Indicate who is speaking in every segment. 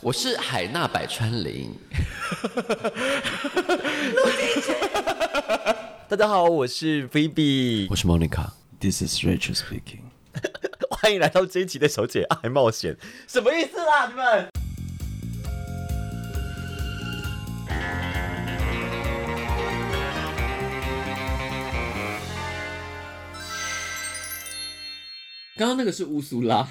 Speaker 1: 我是海纳百川林。
Speaker 2: 大家好，我是 Phoebe，
Speaker 1: 我是 Monica。
Speaker 3: This is Rachel speaking。
Speaker 2: 欢迎来到这一期的《小姐爱冒险》，什么意思啊？你们？
Speaker 1: 刚刚那个是乌苏拉，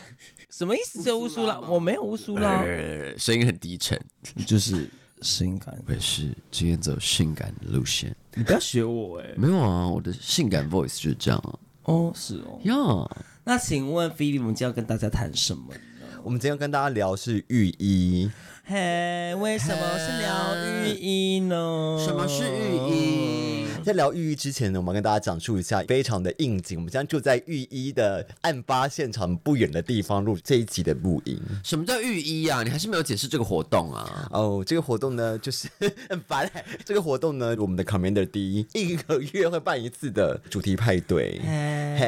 Speaker 4: 什么意思？这乌苏拉？我没有乌苏拉。
Speaker 1: 呃，声音很低沉。
Speaker 3: 就是性感，
Speaker 1: 我也呃是今天走性感的路线，
Speaker 3: 你不要学我哎、
Speaker 1: 没有啊，我的性感 voice 就是这样啊。
Speaker 4: 哦，是哦。
Speaker 1: 呀、
Speaker 4: 那请问菲比，我们今天要跟大家谈什么呢？
Speaker 2: 我们今天要跟大家聊是浴衣，
Speaker 4: 嘿，为什么是聊浴衣呢？
Speaker 1: 什么是浴衣？
Speaker 2: 在聊浴衣之前呢，我们要跟大家讲述一下，非常的应景。我们将就在浴衣的案发现场不远的地方录这一集的录音。
Speaker 1: 什么叫浴衣啊？你还是没有解释这个活动啊？
Speaker 2: 哦，这个活动呢，就是很烦、 欸。这个活动呢，我们的 Commander D 一个月会办一次的主题派对，嘿。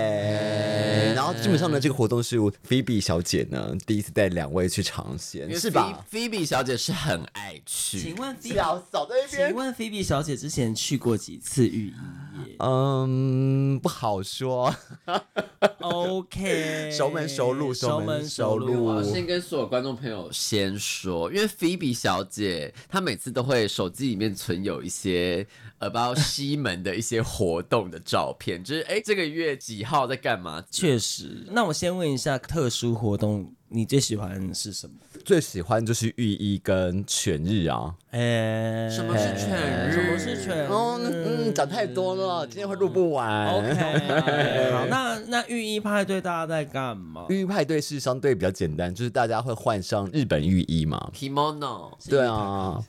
Speaker 2: 然后基本上呢，这个活动是 Phoebe 小姐呢第一次带两位去尝鲜，是吧？
Speaker 1: 菲比小姐是很爱去。
Speaker 4: 请问菲比，
Speaker 2: 小嫂在那
Speaker 4: 请
Speaker 2: 边，
Speaker 4: 问菲比小姐之前去过几次浴衣耶
Speaker 2: 嗯，不好说。
Speaker 4: ？OK，
Speaker 2: 熟门熟路熟
Speaker 4: 熟
Speaker 2: 门
Speaker 4: 门
Speaker 2: 熟
Speaker 4: 熟
Speaker 2: 路
Speaker 1: 我
Speaker 4: 路
Speaker 1: 要。先跟所有观众朋友先说，因为菲比小姐她每次都会手机里面存有一些呃，包括西门的一些活动的照片，就是哎、诶这个月几号在干嘛？
Speaker 4: 确实，那我先问一下，特殊活动你最喜欢是什么？
Speaker 2: 最喜欢就是浴衣跟全日啊。
Speaker 4: 哎，
Speaker 1: 什么是全日
Speaker 4: 什么是全日？
Speaker 2: 哦，嗯，讲太多了，今天会录不完。
Speaker 1: 哎
Speaker 4: OK，好，那那浴衣派对大家在干嘛？
Speaker 2: 浴衣派对是相对比较简单，就是大家会换上日本浴衣嘛。
Speaker 1: kimono，
Speaker 2: 对啊，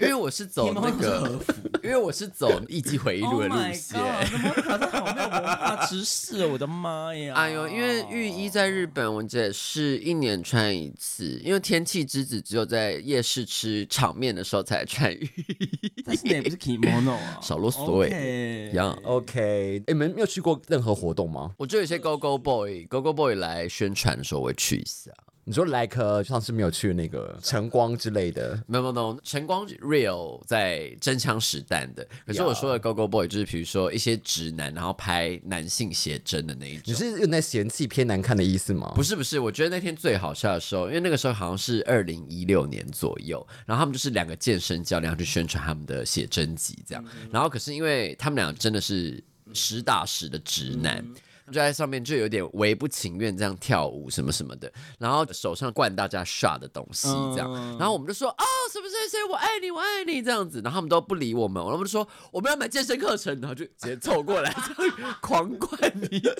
Speaker 1: 因为我是走那
Speaker 4: kimono 是
Speaker 1: 个，因为我是走艺伎回忆录的
Speaker 4: Oh
Speaker 1: 路
Speaker 4: my
Speaker 1: 线。
Speaker 4: god！怎么卡在好没有文化知识哦，我的妈呀！
Speaker 1: 哎呦，因为浴 衣在日本，我姐是一年穿一次，因为天气之子只有在夜市吃场面的时候才穿浴衣。
Speaker 4: 但是你也不是 kimono 啊，
Speaker 1: 少啰嗦
Speaker 4: 哎
Speaker 1: 一样
Speaker 2: OK，诶你们没有去过任何活动吗？
Speaker 1: 我觉得有些 Go Go Boy、Go Go Boy 来宣传的时候，我会去一下。
Speaker 2: 你说 like 呃上次没有去的那个晨光之类的，
Speaker 1: 没有没有没有，晨光 Real 在真枪实弹的。可是我说的 Go Go Boy 就是比如说一些直男，然后拍男性写真的那一种。
Speaker 2: 你是用在嫌弃偏难看的意思吗？
Speaker 1: 不是不是，我觉得那天最好笑的时候，因为那个时候好像是二零一六年左右，然后他们就是两个健身教练去宣传他们的写真集这样，然后可是因为他们俩真的是实打实的直男。就在上面就有点微不情愿这样跳舞什么什么的，然后手上灌大家 shot 的东西这样，
Speaker 4: 嗯
Speaker 1: 然后我们就说哦什么谁谁我爱你我爱你这样子，然后他们都不理我们，然后我们就说我们要买健身课程，然后就直接凑过来这样狂灌你酒。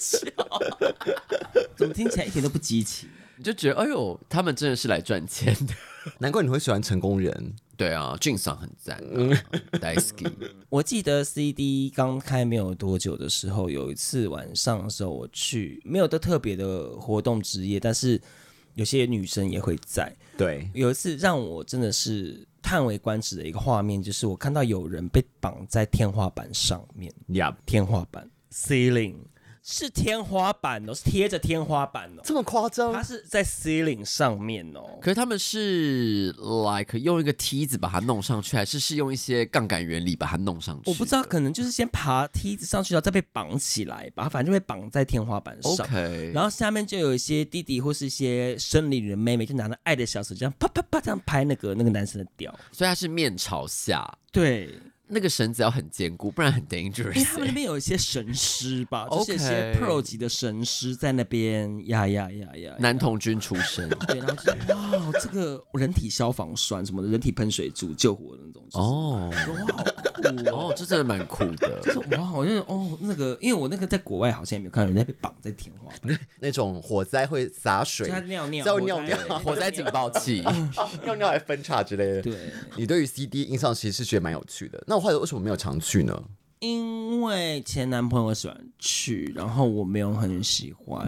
Speaker 4: 怎么听起来一点都不激情？
Speaker 1: 你就觉得，哎呦，他们真的是来赚钱的。
Speaker 2: 难怪你会喜欢成功人。
Speaker 1: 对啊，俊赏很赞、啊，
Speaker 4: 嗯
Speaker 1: 大 ski。
Speaker 4: 我记得 CD 刚开没有多久的时候，有一次晚上的时候，我去没有的特别的活动职业，但是有些女生也会在。
Speaker 2: 对，
Speaker 4: 有一次让我真的是叹为观止的一个画面，就是我看到有人被绑在天花板上面，
Speaker 2: 呀、
Speaker 4: 天花板 ceiling 是天花板哦，是贴着天花板哦，
Speaker 2: 这么夸张
Speaker 4: 它？是在 ceiling 上面哦。
Speaker 1: 可是他们是 like 用一个梯子把它弄上去，还是是用一些杠杆原理把它弄上去？
Speaker 4: 我不知道，。可能就是先爬梯子上去，然后再被绑起来吧，反正就被绑在天花板上。
Speaker 1: OK，
Speaker 4: 然后下面就有一些弟弟或是一些生理女的妹妹，就拿着爱的小手，这样啪啪啪这样拍那个那个男生的屌。
Speaker 1: 所以它是面朝下，
Speaker 4: 对，
Speaker 1: 那个绳子要很坚固，不然很
Speaker 4: 因为他们
Speaker 1: dangerous
Speaker 4: 那
Speaker 1: 欸。
Speaker 4: 边有一些神师吧，就是有一
Speaker 1: OK
Speaker 4: 些 pro 级的神师在那边呀呀呀呀，
Speaker 1: 男童军出 身
Speaker 4: 对，然后就是哇，这个人体消防栓什么的，人体喷水柱救火的那种，哦，
Speaker 1: 哦哦，这真的蛮酷的。
Speaker 4: 哇，我就哦那个，因为我那个在国外好像也没有看到人家被绑在天花板，
Speaker 2: 那种火灾会洒水，
Speaker 4: 就他尿尿
Speaker 2: 在
Speaker 4: 火灾
Speaker 2: 尿尿，
Speaker 1: 火灾警报器，
Speaker 2: 尿尿还分叉之类的。
Speaker 4: 对，
Speaker 2: 你对于 CD 印象其实是觉得蛮有趣的。那我后来为什么没有常去呢？
Speaker 4: 因为前男朋友喜欢去，然后我没有很喜欢。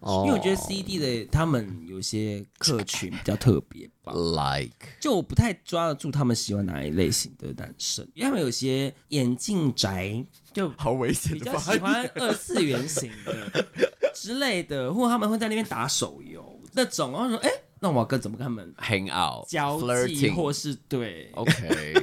Speaker 2: 哦
Speaker 4: 因为我觉得 CD 的他们有些客群比较特别吧，
Speaker 1: like
Speaker 4: 就我不太抓得住他们喜欢哪一类型的男生，因为他们有些眼镜宅就
Speaker 1: 好危险
Speaker 4: 比较喜欢二次元型的之类的，或他们会在那边打手游那种，然后说，哎、那我要跟怎么跟他们
Speaker 1: hang out
Speaker 4: 交际，
Speaker 1: flirting
Speaker 4: 或是对
Speaker 1: OK，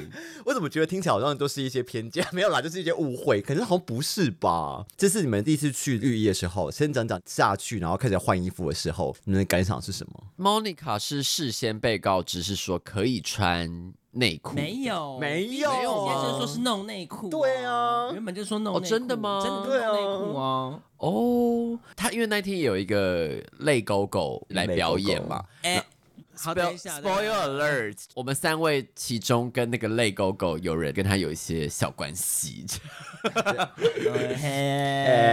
Speaker 2: 我怎么觉得听起来好像都是一些偏见？没有啦，就是一些误会，可是好像不是吧？这是你们第一次去绿意的时候，先讲讲下去，然后开始换衣服的时候，你们的感想是什么？
Speaker 1: Monica 是事先被告知是说可以穿内裤，
Speaker 4: 没有，
Speaker 2: 没有
Speaker 4: 没有，
Speaker 2: 啊
Speaker 4: 应该就是说是弄内裤、
Speaker 2: 对啊
Speaker 4: 原本就说弄内裤、
Speaker 1: 哦真的吗
Speaker 4: 真的
Speaker 2: 对啊
Speaker 4: 弄内裤啊。
Speaker 1: 哦。他因为那天有一个泪狗狗来表演嘛。
Speaker 4: 哎、好，等一下
Speaker 1: 啊 Spoil-
Speaker 4: 等一
Speaker 1: Spoiler
Speaker 4: 下
Speaker 1: alert！我们三位其中跟那个泪狗狗有人跟他有一些小关系，哎
Speaker 2: 嘿
Speaker 4: 呃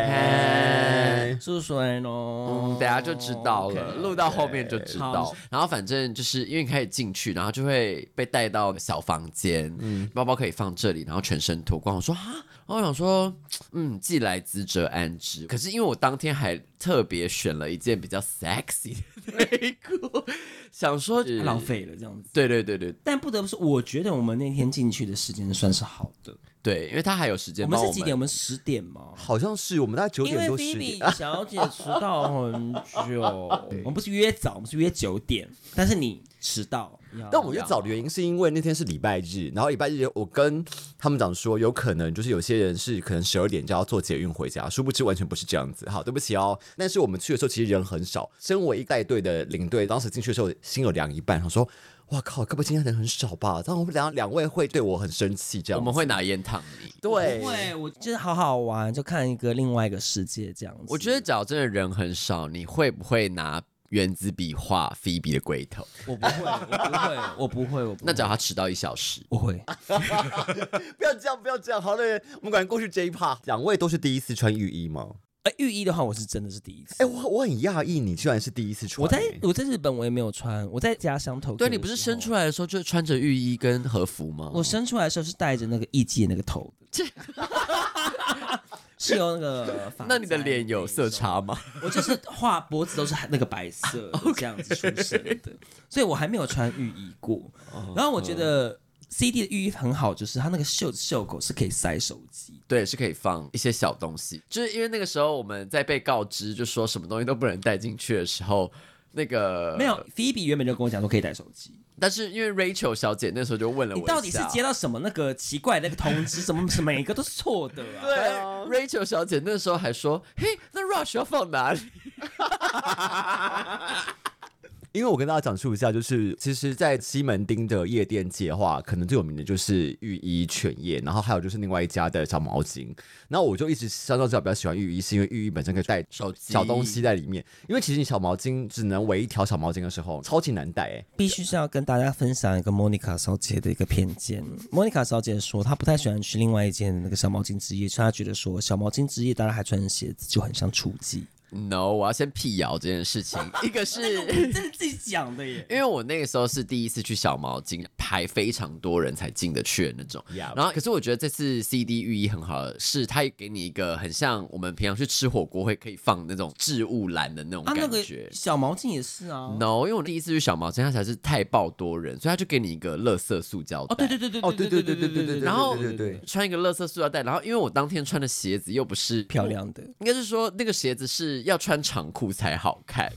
Speaker 4: 嘿，哎是谁呢？
Speaker 1: 嗯，
Speaker 4: 嗯
Speaker 1: 等下就知道了，录到后面就知道
Speaker 4: 好。
Speaker 1: 然后反正就是因为开始进去，然后就会被带到小房间，包包可以放这里，然后全身脱光。我说哈，然后我想说，嗯，既来之则安之。可是因为我当天还特别选了一件比较 sexy 的内裤，想说
Speaker 4: 浪。费了这样子。
Speaker 1: 对对对对
Speaker 4: 但不得不说，我觉得我们那天进去的时间算是好的。
Speaker 1: 对，因为他还有时间
Speaker 4: 我
Speaker 1: 帮
Speaker 4: 们
Speaker 1: 我
Speaker 4: 是几点？我们十点吗？
Speaker 2: 好像是我们大概九
Speaker 4: 因
Speaker 2: 点
Speaker 4: 为
Speaker 2: 多十点
Speaker 4: Vivi 小姐迟到很久，我们不是约早，我们是约九点，但是你迟到。
Speaker 1: 啊
Speaker 2: 但我觉得早的原因是因为那天是礼拜日，然后礼拜日我跟他们讲说，有可能就是有些人是可能十二点就要坐捷运回家，殊不知完全不是这样子。好，对不起哦。但是我们去的时候其实人很少，身为一带队的领队，当时进去的时候心有凉一半，想说。哇靠！该不会今天人很少吧？但我们两两位会对我很生气，这样
Speaker 1: 我
Speaker 2: 子
Speaker 1: 们会拿烟烫你。
Speaker 2: 对
Speaker 4: 不会，我就是好好玩，就看一个另外一个世界这样子。
Speaker 1: 我觉得，只要真的人很少，你会不会拿原子笔画菲比的龟头？
Speaker 4: 我不会，我 不会，我不会，我不会
Speaker 1: 那只要他迟到一小时，
Speaker 4: 我会。
Speaker 2: 不要这样，不要这样。好嘞，我们赶快过去这一趴。两位都是第一次穿浴衣吗？
Speaker 4: 呃，浴衣的话，我是真的是第一次。
Speaker 2: 哎、我我很讶异，你居然是第一次穿、
Speaker 4: 我在
Speaker 2: 哎
Speaker 4: 我在日本我也没有穿，我在家乡头。
Speaker 1: 对你不是生出来的时候就穿着浴衣跟和服吗？
Speaker 4: 我生出来的时候是戴着那个艺妓的那个头的， 是有那个发。
Speaker 1: 那你的脸有色？差吗？
Speaker 4: 我就是画脖子都是那个白色的这样子出生的，所以我还没有穿浴衣过。
Speaker 1: 哦
Speaker 4: 然后我觉得 CD 的浴衣很好，就是它那个袖袖口是可以塞手机。
Speaker 1: 对，是可以放一些小东西，就是因为那个时候我们在被告知就说什么东西都不能带进去的时候，那个
Speaker 4: 没有，，Phoebe 原本就跟我讲说可以带手机。
Speaker 1: 但是因为 Rachel 小姐那时候就问了呃我啊
Speaker 4: 你
Speaker 1: 一下，
Speaker 4: 到底是接到什么那个奇怪的那个通知？什么什么每一个都是错的 啊？
Speaker 1: 对、Rachel 小姐那时候还说，嘿，那 Rush 要放哪里？
Speaker 2: 因为我跟大家讲述一下，就是其实，在西门町的夜店界的话，可能最有名的就是浴衣犬夜，然后还有就是另外一家的小毛巾。然后我就一直相较之下比较喜欢浴衣，是因为浴衣本身可以带
Speaker 1: 手机
Speaker 2: 小东西在里面。因为其实你小毛巾只能围一条小毛巾的时候，超级难带哎、
Speaker 4: 必须是要跟大家分享一个莫妮卡小姐的一个偏见。莫妮卡小姐说，她不太喜欢去另外一间那个小毛巾之夜，所以她觉得说小毛巾之夜大家还穿鞋子就很像雏妓。
Speaker 1: No，我要先辟谣这件事 情。一个是
Speaker 4: 这是自己讲的耶。
Speaker 1: 因为我那个时候是第一次去小毛巾，排非常多人才进得去的那种。
Speaker 2: Yeah
Speaker 1: 然后，可是我觉得这次 CD 寓意很好的是，它给你一个很像我们平常去吃火锅会可以放那种置物篮的那种
Speaker 4: 啊，那
Speaker 1: 感
Speaker 4: 个
Speaker 1: 觉。
Speaker 4: 小毛巾也是啊。
Speaker 1: No，因为我第一次去小毛巾，它才是太爆多人，所以它就给你一个垃圾塑胶袋。
Speaker 4: 哦，对对对对
Speaker 2: 哦
Speaker 4: 对
Speaker 2: 对对
Speaker 4: 对
Speaker 2: 对对对对对
Speaker 1: 然后
Speaker 2: 对对对对
Speaker 1: 穿一个垃圾塑料袋，然后因为我当天穿的鞋子又不是
Speaker 4: 漂，亮的，
Speaker 1: 应该是说那个鞋子是要穿长裤才好看，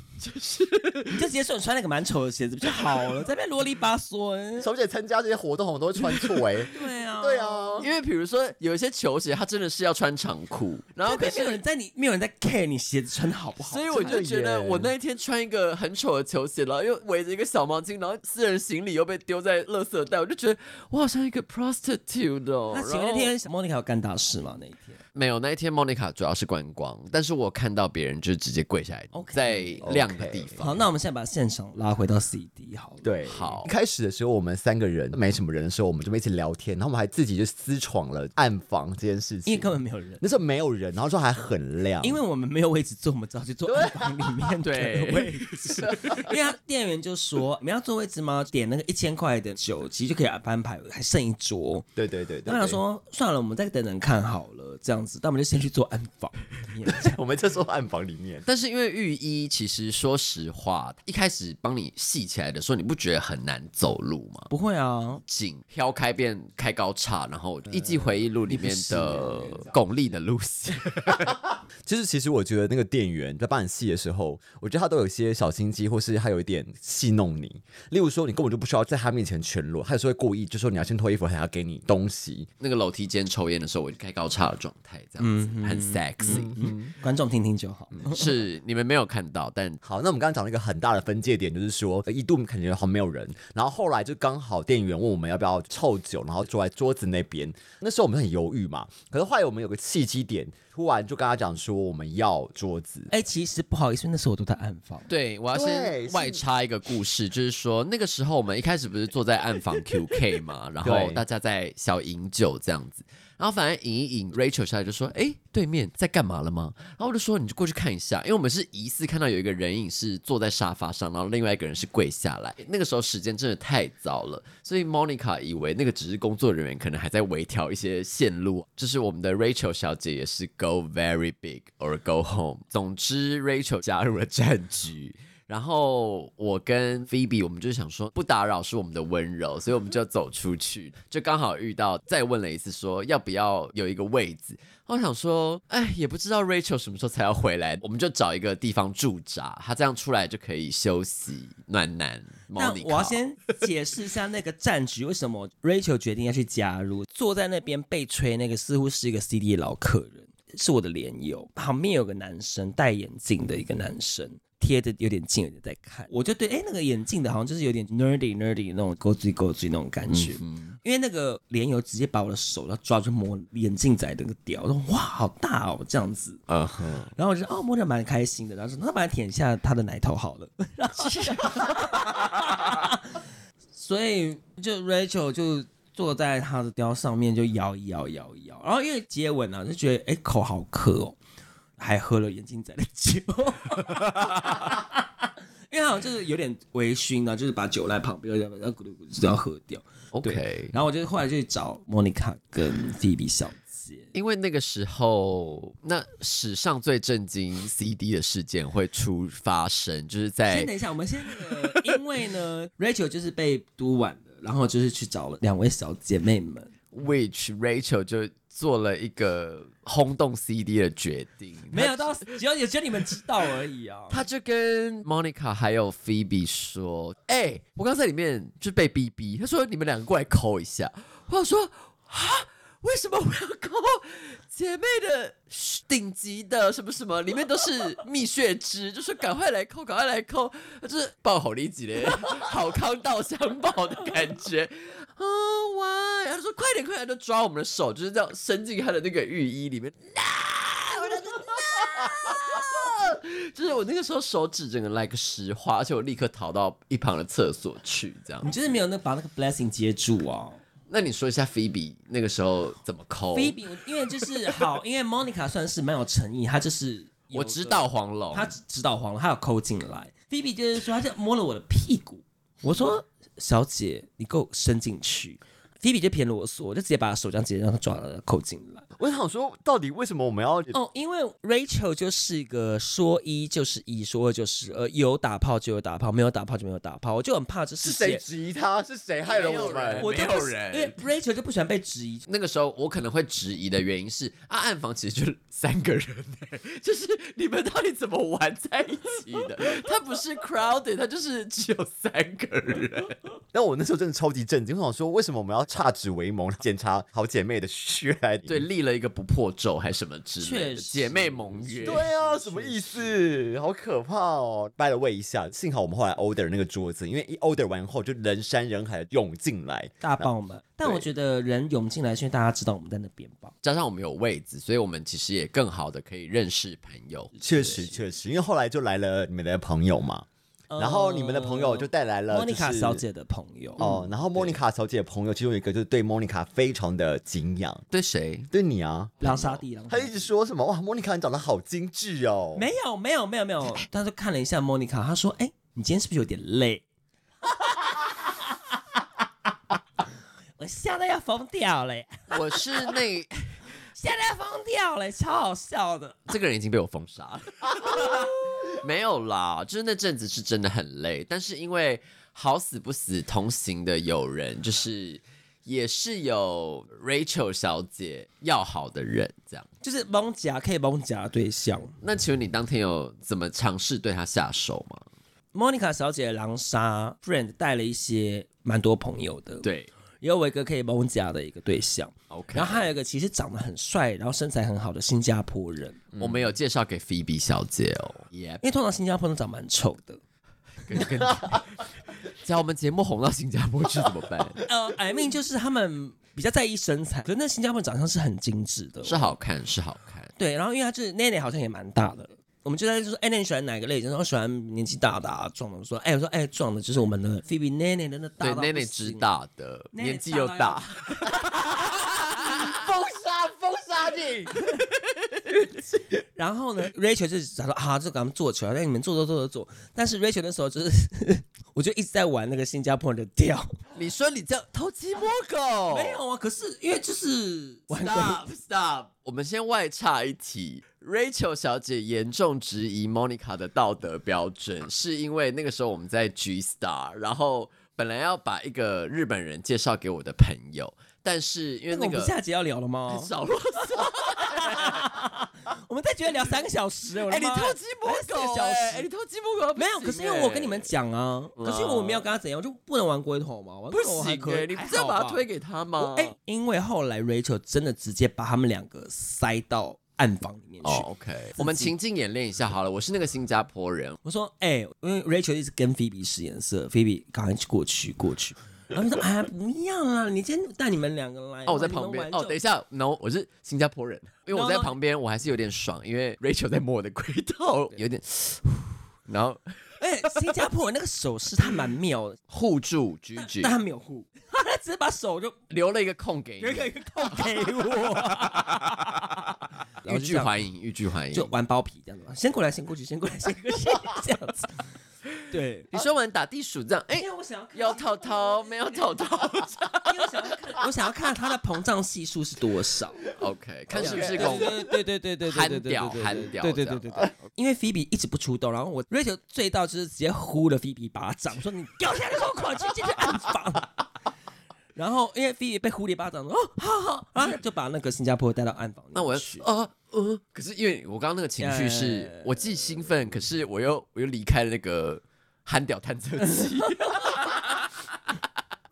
Speaker 4: 你就直接说你穿那个蛮丑的鞋子不就好了，在那边啰里吧嗦。哎
Speaker 2: 小姐参加这些活动，我都会穿错哎、
Speaker 4: 对啊，
Speaker 2: 对。啊，
Speaker 1: 因为比如说有一些球鞋，它真的是要穿长裤，然后
Speaker 4: 可
Speaker 1: 可
Speaker 4: 是没有
Speaker 1: 是，
Speaker 4: 人在你，没有人在 care 你鞋子穿的好不好
Speaker 1: 所。以我就觉得我那一天穿一个很丑的球鞋，然后又围着一个小毛巾，然后私人行李又被丢在垃圾袋，我就觉得我好像一个 prostitute 哦。
Speaker 4: 那请问
Speaker 1: 然
Speaker 4: 那
Speaker 1: 后
Speaker 4: 天莫妮卡有干大事吗？那一天？
Speaker 1: 没有，那一天 Monica 主要是观光，但是我看到别人就直接跪下来
Speaker 4: OK，
Speaker 1: 在亮的地方。
Speaker 4: 好，那我们现在把现场拉回到 CD 好了。
Speaker 2: 对，
Speaker 1: 好
Speaker 2: 一开始的时候，我们三个人没什么人的时候，我们就一起聊天，然后我们还自己就私闯了暗房这件事情。
Speaker 4: 因为根本没有人，
Speaker 2: 那时候没有人，然后说还很亮，
Speaker 4: 因为我们没有位置坐，我们只好去坐暗房里 面的
Speaker 1: 对
Speaker 4: 位置。因为他店员就说：“你们要坐位置吗？点那个一千块的酒，其实就可以安排，还剩一桌。”
Speaker 2: 对对对对，
Speaker 4: 他想
Speaker 2: 对
Speaker 4: 说：“算了，我们再等等看好了。”这样样子，但我们就先去做暗访。
Speaker 2: 我们在说暗房里面，
Speaker 1: 但是因为浴衣，其实说实话，一开始帮你系起来的时候，你不觉得很难走路吗？
Speaker 4: 不会啊，
Speaker 1: 紧飘开变开高叉，然后《艺伎回忆录》里 面的巩俐的路线，
Speaker 2: 其实其实我觉得那个店员在帮你戏的时候，我觉得他都有一些小心机，或是他有一点戏弄你。例如说，你根本就不需要在他面前全裸，他有时候会故意就说你要先脱衣服，还要给你东西。
Speaker 1: 那个楼梯间抽烟的时候，我就开高叉的状态，这样子、
Speaker 2: 嗯
Speaker 1: 很 sexy、
Speaker 4: 观众听听就好。
Speaker 1: 是你们没有看到，但
Speaker 2: 好，那我们刚刚讲了一个很大的分界点，就是说呃一度感觉好像没有人，然后后来就呃刚好店员问我们要不要凑酒，然后坐在桌子那边。那时候我们很犹豫嘛，可是后来我们有个契机点，突然就跟他讲说我们要桌子。
Speaker 4: 哎、其实不好意思，那时候我都在暗访。
Speaker 1: 对，我要
Speaker 2: 对
Speaker 1: 先
Speaker 2: 是
Speaker 1: 外插一个故事，就是说那个时候我们一开始不是坐在暗房 QK 嘛，然后
Speaker 2: 对
Speaker 1: 大家在小饮酒这样子，然后反正饮一饮，Rachel 下来就说：“哎，对面在干嘛了吗？”然后我就说：“你就过去看一下，因为我们是疑似看到有一个人影是坐在沙发上，然后另外一个人是跪下来。那个时候时间真的太早了，所以 Monica 以为那个只是工作人员可能还在微调一些线路，就是我们的 Rachel 小姐也是 go very big or go home。总之，Rachel 加入了战局。然后我跟 Phoebe，我们就想说不打扰是我们的温柔，所以我们就走出去，就刚好遇到，再问了一次说要不要有一个位置。我想说，哎，也不知道 Rachel 什么时候才要回来，我们就找一个地方驻扎，她这样出来就可以休息暖男。
Speaker 4: 那
Speaker 1: Monica
Speaker 4: 我要先解释一下那个战局，为什么 Rachel 决定要去加入？坐在那边被吹那个似乎是一个 CD 老客人，是我的连友，旁边有个男生戴眼镜的一个男生。贴的有点近，有点在看，我就对，哎、那个眼镜的好像就是有点 nerdy nerdy 那种勾嘴勾嘴那种感觉，
Speaker 1: 嗯
Speaker 4: 因为那个连友直接把我的手要抓住摸眼镜仔的那个屌，我说哇，好大哦，这样子，
Speaker 1: 嗯哼，
Speaker 4: 然后我就哦摸着蛮开心的，然后说那把它舔一下他的奶头好了。然后所以就 Rachel 就坐在他的貂上面就摇一摇摇一摇，然后因为接吻啊就觉得哎口好渴哦，还喝了眼镜仔的酒， 因为好像就是有点微醺啊，就是把酒在旁边，然后咕噜咕噜就要喝掉。对
Speaker 1: OK，
Speaker 4: 然后我就后来就去找莫妮卡跟 Phoebe 小姐。
Speaker 1: 因为那个时候，那史上最震惊 CD 的事件会出发生，就是在
Speaker 4: 先等一下，我们先那个，因为呢，Rachel 就是被督晚的，然后就是去找了两位小姐妹们，
Speaker 1: which Rachel 就做了一个轰动 CD 的决定，
Speaker 4: 没有到，只有也只有你们知道而已啊。
Speaker 1: 他就跟 Monica 还有 Phoebe 说：“哎、我刚在里面就被逼逼，他说你们两个过来抠一下。”我想说啊，为什么我要抠姐妹的顶级的什么什么，里面都是蜜血汁，就说赶快来抠，赶快来抠，就是爆好力几 嘞，好康到相报的感觉。啊哇！然后说快点快点，就抓我们的手，就是这样伸进他的那个浴衣里面。就是我那个时候手指整个 like 石化，而且我立刻逃到一旁的厕所去，这
Speaker 4: 你
Speaker 1: 样。
Speaker 4: 就是没有那把那个 blessing 接住啊。
Speaker 1: 那你说一下 Phoebe 那个时候怎么抠
Speaker 4: Phoebe，我因为就是好，因为 Monica 算是蛮有诚意，她就是有
Speaker 1: 我
Speaker 4: 的
Speaker 1: 知道黄龙，
Speaker 4: 他指导黄了，他有抠进来。菲比就是说，他就摸了我的屁股。我说：“小姐，你给我伸进去。”菲比就偏啰嗦，我就直接把手这样直接让他抓了扣进来。
Speaker 2: 我想说，到底为什么我们要
Speaker 4: 哦，因为 Rachel 就是一个说一就是一，说二就是二，有打炮就有打炮，没有打炮就没有打炮。我就很怕这是
Speaker 2: 是谁质疑他？是谁害了我
Speaker 1: 没有人
Speaker 2: 们？
Speaker 4: 我就不喜因为 Rachel 就不喜欢被质疑。
Speaker 1: 那个时候我可能会质疑的原因是啊，暗房其实就三个人、欸，就是你们到底怎么玩在一起的？他不是 crowded，他就是只有三个人。
Speaker 2: 但我那时候真的超级震惊，我想说，为什么我们要差指为盟检查好姐妹的血来？
Speaker 1: 对，立了一个不破咒还什么之类
Speaker 4: 确
Speaker 1: 的，
Speaker 4: 实
Speaker 1: 姐妹盟约。
Speaker 2: 对啊，什么意思？好可怕哦！拜了位一下，幸好我们后来 order 那个桌子，因为一 order 完后就人山人海地涌进来。
Speaker 4: 大爆满，呃但我觉得人涌进来是因为大家知道我们在那边吧。
Speaker 1: 加上我们有位子，所以我们其实也更好的可以认识朋友。
Speaker 2: 确实，确实，因为后来就来了你们的朋友嘛，哦然后你们的朋友就带来了、
Speaker 4: 莫
Speaker 2: 就
Speaker 4: 妮
Speaker 2: 是
Speaker 4: 卡哦小姐嗯的朋友，
Speaker 2: 哦，然后莫妮卡小姐的朋友其中有一个就是对莫妮卡非常的敬仰，
Speaker 1: 对谁？
Speaker 2: 对你啊，
Speaker 4: 狼沙地，狼沙
Speaker 2: 她
Speaker 4: 地
Speaker 2: 一直说什么哇，莫妮卡你长得好精致哦，
Speaker 4: 没有，没有，没有，没有。他就看了一下莫妮卡，他说：“哎、你今天是不是有点累？” 我吓得要疯掉嘞！
Speaker 1: 我是那
Speaker 4: 现在疯掉了，超好笑的。
Speaker 1: 这个人已经被我封杀了。没有啦，就是那阵子是真的很累，但是因为好死不死同行的友人，就是也是有 Rachel 小姐要好的人这样。
Speaker 4: 就是蒙夹可以蒙夹的对象
Speaker 1: 那请问你当天有怎么尝试对她下手吗？
Speaker 4: ，Monica 小姐的狼杀 friend 带了一些蛮多朋友的，，
Speaker 1: 对
Speaker 4: 也有一个可以蒙夹的一个对象，
Speaker 1: ，OK。
Speaker 4: 然后还有一个其实长得很帅，然后身材很好的新加坡人，
Speaker 1: 我们有介绍给 Phoebe 小姐哦，也
Speaker 4: 因为通常新加坡人长蛮丑的，
Speaker 1: 跟跟， 假如我们节目红到新加坡去怎么办？
Speaker 4: 呃，I mean 就是他们比较在意身材，可是那新加坡人长相是很精致的，
Speaker 1: 是好看，是好看。
Speaker 4: 对，然后因为他就是奈奈好像也蛮大的，我们就在说，哎，那你喜欢哪个类型？然后喜欢年纪大的、啊、壮的。我说，哎，我说，哎，壮的就是我们的 Phoebe 奈奈的那大
Speaker 1: 对
Speaker 4: 到不
Speaker 1: ，Nene 知
Speaker 4: 行，
Speaker 1: 道的，
Speaker 4: Nene
Speaker 1: 年纪又
Speaker 4: 大
Speaker 1: 大
Speaker 4: 到，
Speaker 2: 封杀封杀你，
Speaker 4: 然后呢，Rachel 就是他说啊，这个咱们做球，那你们做做做做做。但是 Rachel 那时候就是， 我就一直在玩那个新加坡人的调，
Speaker 1: 你说你叫偷鸡摸狗？
Speaker 4: 没有啊。可是因为就是啊玩鬼
Speaker 1: ，Stop Stop！我们先外插一题，Rachel 小姐严重质疑 Monica 的道德标准，是因为那个时候我们在 G Star，然后本来要把一个日本人介绍给我的朋友，但是因为
Speaker 4: 那
Speaker 1: 那
Speaker 4: 我们
Speaker 1: 个哦
Speaker 4: 下集要聊了吗？
Speaker 1: 少啰嗦，
Speaker 4: 我们再觉得聊三个小时，我
Speaker 1: 哎，
Speaker 4: 的
Speaker 1: 你
Speaker 4: 妈！
Speaker 1: 偷鸡摸狗，
Speaker 4: 四个小
Speaker 1: 哎
Speaker 4: 时
Speaker 1: 哎，你偷鸡摸狗不行，欸
Speaker 4: 没有，可是因为我跟你们讲啊，可是因为我们要跟他怎样，我就不能玩龟头嘛，玩
Speaker 1: 哎不
Speaker 4: 龟头还
Speaker 1: 行
Speaker 4: 可
Speaker 1: 哎，
Speaker 4: 以，
Speaker 1: 你不
Speaker 4: 还
Speaker 1: 是要
Speaker 4: 好
Speaker 1: 把
Speaker 4: 吧
Speaker 1: 它推给他吗
Speaker 4: 我？哎、因为后来 Rachel 真的直接把他们两个塞到暗房里面去。
Speaker 1: 哦，OK，我们情境演练一下好了。我是那个新加坡人，
Speaker 4: 我说，哎、因为 Rachel 一直跟 Phoebe 使眼色，Phoebe 赶快去过去过去。然后就说，哎呀，不要啦，你今天带你们两个来。
Speaker 1: 哦，我在旁边。哦，等一
Speaker 4: 下，
Speaker 1: 下，no，我是新加坡人，因为我
Speaker 4: No，
Speaker 1: 在
Speaker 4: no
Speaker 1: 旁边，我还是有点爽，因为 Rachel 在摸我的龟头，有点，然后
Speaker 4: 哎、新加坡人那个手势他蛮妙 的，
Speaker 1: 互助居居
Speaker 4: 但他没有护， 他直接把手就
Speaker 1: 留了一个空 给
Speaker 4: 一个
Speaker 1: 你，
Speaker 4: 一个扣给我，
Speaker 1: 欲拒还迎，欲拒还
Speaker 4: 就
Speaker 1: 迎。
Speaker 4: 玩包皮这样子嘛，先过来，先过去，先过来，先过去，这样子。对，
Speaker 1: 你说完打地鼠这样，哎
Speaker 4: 因，为我想要看
Speaker 1: 有头头没有头头
Speaker 4: 因为我想要看，我想要看它的膨胀系数是多少。
Speaker 1: ？OK，看是不是
Speaker 4: 对
Speaker 1: 共
Speaker 4: 对对对对对对对对对对
Speaker 1: 憨屌
Speaker 4: 对对对
Speaker 1: 憨屌
Speaker 4: 对对对。因为菲比一直不出动，然后我 Rachel 醉到就是直接呼了菲比巴掌，说你掉下来给我滚去进去暗房。然后因为菲比被呼了一巴掌，哦，好好，然后就把那个新加坡带到暗房里面去。
Speaker 1: 那我要啊呃，可是因为我刚刚那个情绪是
Speaker 4: 呃
Speaker 1: 我既兴奋，可是我又我又离开了那个憨屌探测 器。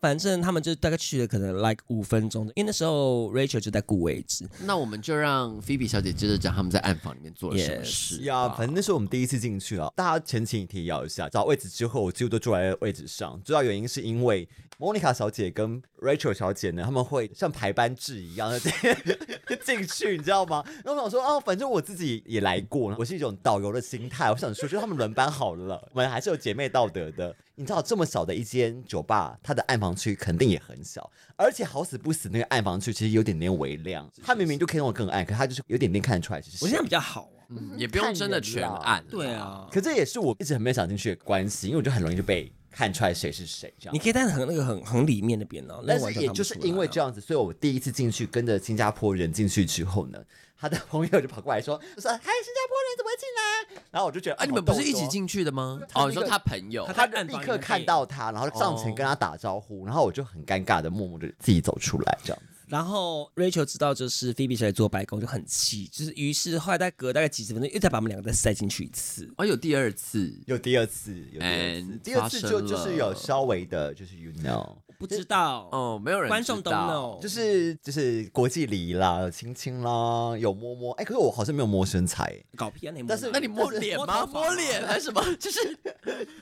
Speaker 4: 反正他们就大概去了可能 like 五分钟的，因为那时候 Rachel 就在顾位置，
Speaker 1: 那我们就让菲比小姐接着讲他们在暗房里面做了什么
Speaker 4: Yes
Speaker 1: 事
Speaker 2: 呀，
Speaker 1: 吧
Speaker 2: 反正那时候我们第一次进去了。大家前情提要一下，找位置之后，我几乎都坐在位置上。主要原因是因为 Monica 小姐跟 Rachel 小姐呢，他们会像排班制一样的 进去，你知道吗？然后我想说，哦，反正我自己也来过，我是一种导游的心态。我想说，就他们轮班好了，我们还是有姐妹道德的。你知道，这么小的一间酒吧，它的暗房区肯定也很小，而且好死不死，那个暗房区其实有点点微亮，它明明就可以让我更暗，可它就是有点点看得出来是谁。
Speaker 4: 我现在比较好啊。
Speaker 1: 嗯也不用真的全暗。
Speaker 4: 对，啊，
Speaker 2: 可这也是我一直很没有想进去的关系，因为我就很容易就被看出来谁是谁这
Speaker 4: 你
Speaker 2: 样。
Speaker 4: 可以带很那个很很里面那边哦，那
Speaker 2: 但
Speaker 4: 完
Speaker 2: 是
Speaker 4: 全
Speaker 2: 也
Speaker 4: 看不
Speaker 2: 就是
Speaker 4: 出来
Speaker 2: 因为
Speaker 4: 啊
Speaker 2: 这样子，所以我第一次进去跟着新加坡人进去之后呢，他的朋友就跑过来说：“就说嗨，哎新加坡人怎么会进来？”然后我就觉得
Speaker 1: 啊，你们不是一起？进去的吗？
Speaker 2: 他那
Speaker 1: 哦，
Speaker 2: 个
Speaker 1: 你说他朋友
Speaker 4: 他
Speaker 2: 好逗哦他就立刻看到他，然后上前跟他打招呼，然后我就很尴尬的默默的自己走出来这样。
Speaker 4: 然后 Rachel 知道就是 Phoebe 是来做白宫，就很气，就是于是后来再隔大概几十分钟，又再把我们两个再塞进去一次。
Speaker 1: 哦，有第二次，
Speaker 2: 有第二次，有第二次
Speaker 1: And，
Speaker 2: 第二次就
Speaker 1: 发生了
Speaker 2: 就是有稍微的，就是 you know，
Speaker 4: 不知道，
Speaker 1: 哦，没有人
Speaker 4: 观众
Speaker 1: 知
Speaker 4: don't
Speaker 1: 道
Speaker 4: know，
Speaker 2: 就是就是国际礼仪啦，有亲亲啦，有摸摸。哎、可是我好像没有摸身材，
Speaker 4: 搞屁啊！那
Speaker 2: 但是
Speaker 1: 那你摸脸吗？
Speaker 4: 摸头发
Speaker 1: 摸脸还是什么？就是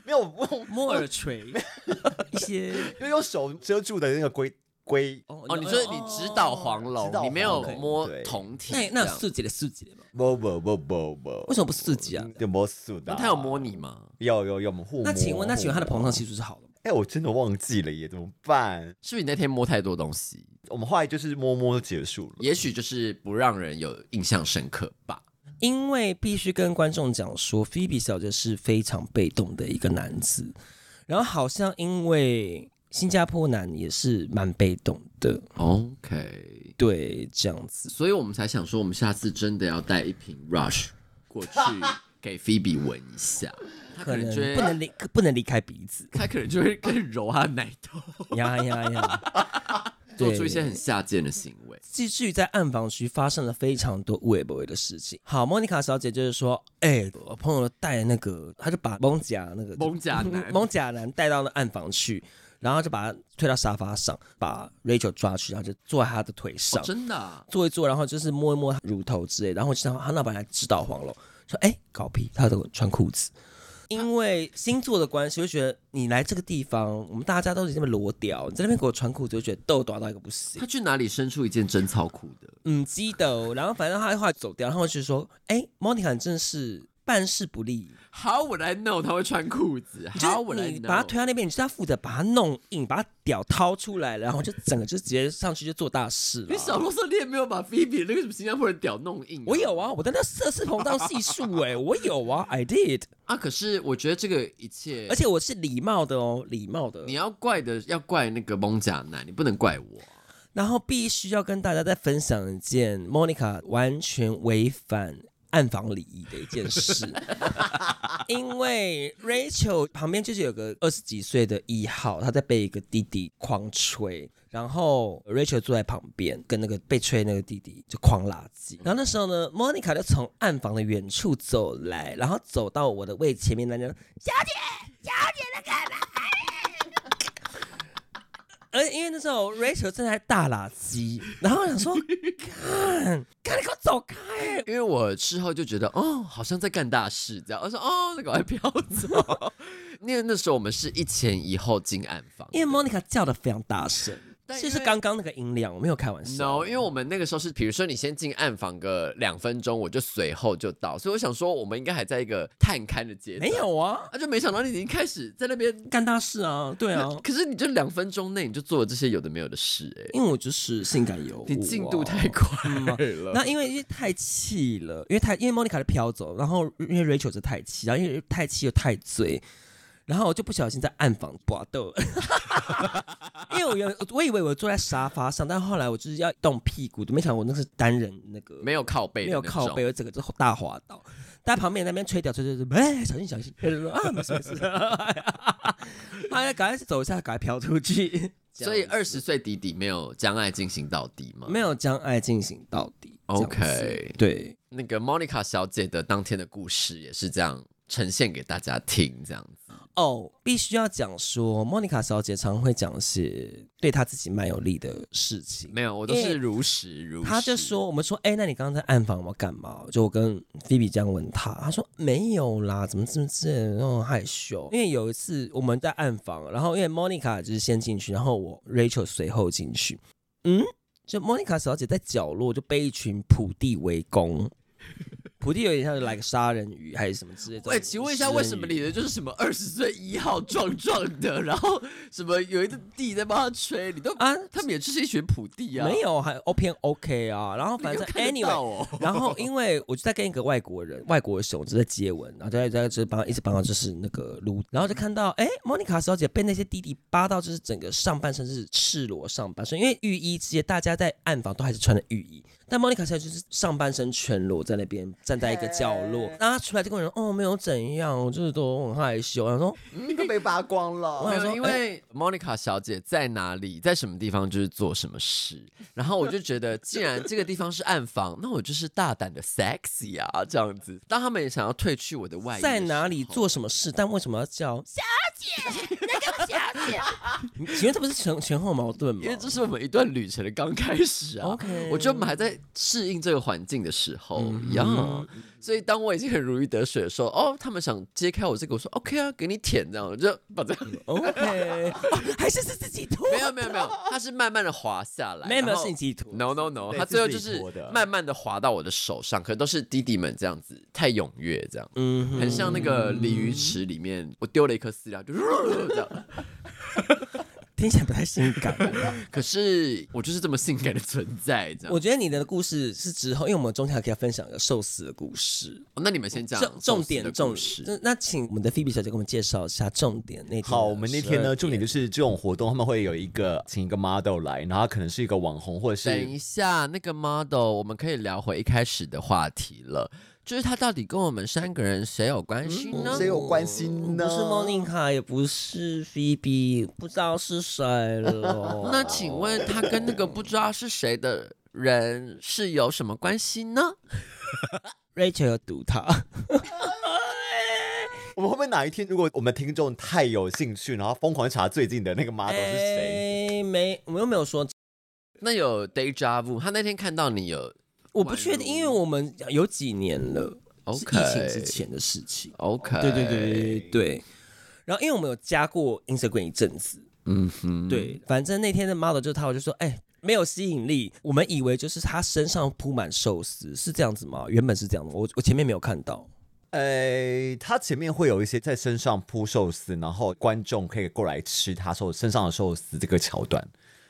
Speaker 2: 没有摸，
Speaker 4: 摸耳垂一些
Speaker 2: 因为用手遮住的那个龟龟。
Speaker 1: 哦，你说你指导黄龙
Speaker 2: 指导，黄龙
Speaker 1: 你没有摸
Speaker 2: 对
Speaker 1: 同体这
Speaker 4: 哦那
Speaker 1: 样，
Speaker 4: 那有四级的四级的吗？
Speaker 2: 不不不不不，
Speaker 4: 为什么不是四级啊？
Speaker 2: 有摸素的、
Speaker 1: 那他有摸？你吗？
Speaker 2: 有有有，我们互摸。
Speaker 4: 那请问那请问他的膨胀
Speaker 2: 互
Speaker 4: 系数是好的吗？
Speaker 2: 摸？哎、我真的忘记了耶，怎么办？
Speaker 1: 是不是你那天摸太多东西？
Speaker 2: 我们后来就是摸摸就结束了。
Speaker 1: 也许就是不让人有印象深刻吧。
Speaker 4: 因为必须跟观众讲说，Phoebe 小姐是非常被动的一个男子，然后好像因为新加坡男也是蛮被动的，
Speaker 1: OK，
Speaker 4: 对，这样子。
Speaker 1: 所以我们才想说，我们下次真的要带一瓶 Rush 过去给 Phoebe 闻一下，他
Speaker 4: 可
Speaker 1: 可能
Speaker 4: 能
Speaker 1: 就会，
Speaker 4: 不能离不能离开鼻子
Speaker 1: 他可能就会更揉他奶头，
Speaker 4: 呀呀呀！
Speaker 1: 做出一些很下贱的行为。
Speaker 4: 继续在暗房区发生了非常多无微不微的事情。好，莫妮卡小姐就是说，哎、我朋友带那个，他就把蒙甲那个
Speaker 1: 蒙甲男
Speaker 4: 蒙甲男带到那暗房去，然后就把他推到沙发上，把 Rachel 抓去，然后就坐在他的腿上，
Speaker 1: 哦、真的啊、
Speaker 4: 坐一坐，然后就是摸一摸乳头之类，然后我就想啊他那本来知道黄龙说，哎、搞屁，他都穿裤子。因为星座的关系，我就觉得你来这个地方，我们大家都是这么裸屌，你在那边给我穿裤子，我就觉得豆短到一个不行
Speaker 1: 他。去哪里生出一件真草裤的？
Speaker 4: 嗯，记得。然后反正他后来走掉，然后我就说，哎、莫妮卡你真的是办事不力，
Speaker 1: How would I know 他会穿裤子
Speaker 4: 就
Speaker 1: ？How would
Speaker 4: 是
Speaker 1: I
Speaker 4: 你
Speaker 1: know？
Speaker 4: 把他推到那边，你就是要负责把他弄硬，把他屌掏出来，然后就整个就直接上去就做大事
Speaker 1: 因为
Speaker 4: 了。
Speaker 1: 小罗说你也没有把 Phoebe 那个什么新加坡人屌弄硬、哦
Speaker 4: 我有啊，我在那涉世膨胀系数哎、我有啊，I did。
Speaker 1: 啊，可是我觉得这个一切，
Speaker 4: 而且我是礼貌的哦，礼貌的
Speaker 1: 你。要怪的要怪那个蒙甲男，你不能怪我。啊
Speaker 4: 然后必须要跟大家再分享一件 Monica 完全违反暗房礼仪的一件事，因为 Rachel 旁边就是有个二十几岁的一号，他在被一个弟弟狂吹。然后 Rachel 坐在旁边，跟那个被吹那个弟弟就狂垃圾。然后那时候呢，Monica 就从暗房的远处走来，然后走到我的位前面，那就小姐，小姐在干嘛？而因为那时候 Rachel 正在大垃圾，然后我想说， 看，看你给我走开！
Speaker 1: 因为我事后就觉得，哦，好像在干大事这样。我说，哦，那赶快飘走。 因为那时候我们是一前一后进暗房的，
Speaker 4: 因为 Monica 叫的非常大声，
Speaker 1: 但因为
Speaker 4: 就是刚刚那个音量，我没有开玩笑。
Speaker 1: no，因为我们那个时候是，比如说你先进暗房个两分钟，我就随后就到，所以我想说，我们应该还在一个探勘的阶段。
Speaker 4: 没，有啊，
Speaker 1: 啊，就没想到你已经开始在那边
Speaker 4: 干大事啊，对 啊，
Speaker 1: 可是你这两分钟内你就做了这些有的没有的事、哎，
Speaker 4: 因为我就是性感尤物啊，嗯啊
Speaker 1: 你进度太快了。
Speaker 4: 那因为因为太气了，因为太因为 Monica 的飘走，然后因为 Rachel 就太气，然后因为太气又太醉，然后我就不小心在暗房搏斗， 因为我原我以为我坐在沙发上，但后来我就是要动屁股，都没想到我那是单人那个
Speaker 1: 没有靠背，
Speaker 4: 没有靠背，，我整个就大滑倒。但旁边那边吹掉吹吹吹，哎，小心小心，他就说啊，没事没 事，他要赶快走一下，赶快飘出去。
Speaker 1: 所以二十岁弟弟没有将爱进行到底吗？
Speaker 4: 没有将爱进行到底。这样子
Speaker 1: OK
Speaker 4: 对，
Speaker 1: 那个 Monica 小姐的当天的故事也是这样呈现给大家听，这样子。
Speaker 4: 哦，必须要讲说，莫妮卡小姐常会讲些对她自己蛮有利的事情。
Speaker 1: 没有，我都是如实如实。
Speaker 4: 她就说，我们说，哎、那你刚刚在暗访我干嘛？就我跟菲比这样问她，她说没有啦，怎么这么这那种害羞？因为有一次我们在暗访，然后因为莫妮卡就是先进去，然后我 Rachel 随后进去，嗯，就莫妮卡小姐在角落就被一群仆弟围 攻。仆弟有点像是来个杀人鱼还是什么之类的。
Speaker 1: 喂，请问一下，为什么你的就是什么二十岁一号壮壮的，然后什么有一个弟在帮他吹，你都
Speaker 4: 啊
Speaker 1: 他们也就是一群仆弟啊，
Speaker 4: 没有，还 O 偏 OK 啊。然后
Speaker 1: 你
Speaker 4: 反
Speaker 1: 又
Speaker 4: 正
Speaker 1: 看得
Speaker 4: anyway，、
Speaker 1: 到哦，
Speaker 4: 然后因为我就在跟一个外国人、外国熊就在接吻，然后在在就是帮一直帮他就是那个撸，然后就看到哎，莫妮卡小姐被那些弟弟扒到，就是整个上半身是赤裸上半身，因为浴衣之夜大家在暗房都还是穿的浴衣，但莫妮卡小姐就是上半身全裸在那边站在一个角落， 然后她出来就跟我说哦没有怎样，我就是都很害羞，然后说
Speaker 2: 嗯你都被扒光了
Speaker 4: 我
Speaker 1: 没
Speaker 4: 想
Speaker 1: 有，
Speaker 4: 说
Speaker 1: 因为哎 Monica 小姐在哪里，在什么地方就是做什么事，然后我就觉得，既然这个地方是暗房，那我就是大胆的 sexy 啊，这样子。当他们也想要褪去我的外衣，
Speaker 4: 在哪里？做什么事，但为什么要叫小 姐？那个小姐，请问这不是前前后矛盾吗
Speaker 1: 因为？这是我们一段旅程的刚开始啊。
Speaker 4: OK 嗯
Speaker 1: 我觉得我们还在适应这个环境的时候呀所以当我已经很如鱼得水的时候，哦，他们想揭开我这个，我说 OK 啊，给你舔这样，我就把这个。
Speaker 4: OK，、哦、 还是是自己脱？
Speaker 1: 没有没有没有，它是慢慢的滑下来，
Speaker 4: 没有没有
Speaker 1: 然后
Speaker 4: 是你自己涂
Speaker 1: No no no，
Speaker 2: 对
Speaker 1: 它
Speaker 2: 是
Speaker 1: 最后
Speaker 2: 自
Speaker 1: 就
Speaker 2: 己
Speaker 1: 是
Speaker 2: 涂的
Speaker 1: 慢慢的滑到我的手上，可都是弟弟们这样子太踊跃，这样
Speaker 4: 嗯哼，
Speaker 1: 很像那个鲤鱼池里面我丢了一颗饲料，就这样
Speaker 4: 听起来不太性 感。
Speaker 1: 可是我就是这么性感的存在，这样。
Speaker 4: 我觉得你的故事是之后，因为我们中间还可以分享一个寿司的故事，
Speaker 1: 哦那你们先讲
Speaker 4: 重重点重
Speaker 1: 视。
Speaker 4: 那那请我们的菲比小姐给我们介绍一下重点那天的
Speaker 2: 好，我们那天呢，
Speaker 4: 12
Speaker 2: 重点就是这种活动，他们会有一个请一个 model 来，然后他可能是一个网红或者是
Speaker 1: 等一下，那个 model，我们可以聊回一开始的话题了，就是他到底跟我们三个人谁有关系
Speaker 4: 嗯
Speaker 1: 呢？嗯
Speaker 2: 谁有关系呢？
Speaker 4: 不是莫妮卡，也不是菲比，不知道是谁 了。
Speaker 1: 那请问他跟那个不知道是谁的人是有什么关系呢？
Speaker 4: Rachel 有毒他，
Speaker 2: 我们会不会哪一天，如果我们听众太有兴趣，然后疯狂查最近的那个 model 是谁？
Speaker 4: 哎没，我们又没有说，
Speaker 1: 那有 deja vu，他那天看到你有
Speaker 4: 我不确定，因为我们有几年了是
Speaker 1: OK
Speaker 4: 疫情之前的事情。
Speaker 1: OK，
Speaker 4: 对对对对对。然后因为我们有加过 Instagram 一阵子，
Speaker 1: 嗯哼，
Speaker 4: 对，反正那天的 model 就他，我就说，哎、没有吸引力，我们以为就是他身上铺满寿司，是这样子吗？原本是这样的，我我前面没有看到，
Speaker 2: 呃，他前面会有一些在身上铺寿司，然后观众可以过来吃他寿身上的寿司这个桥段。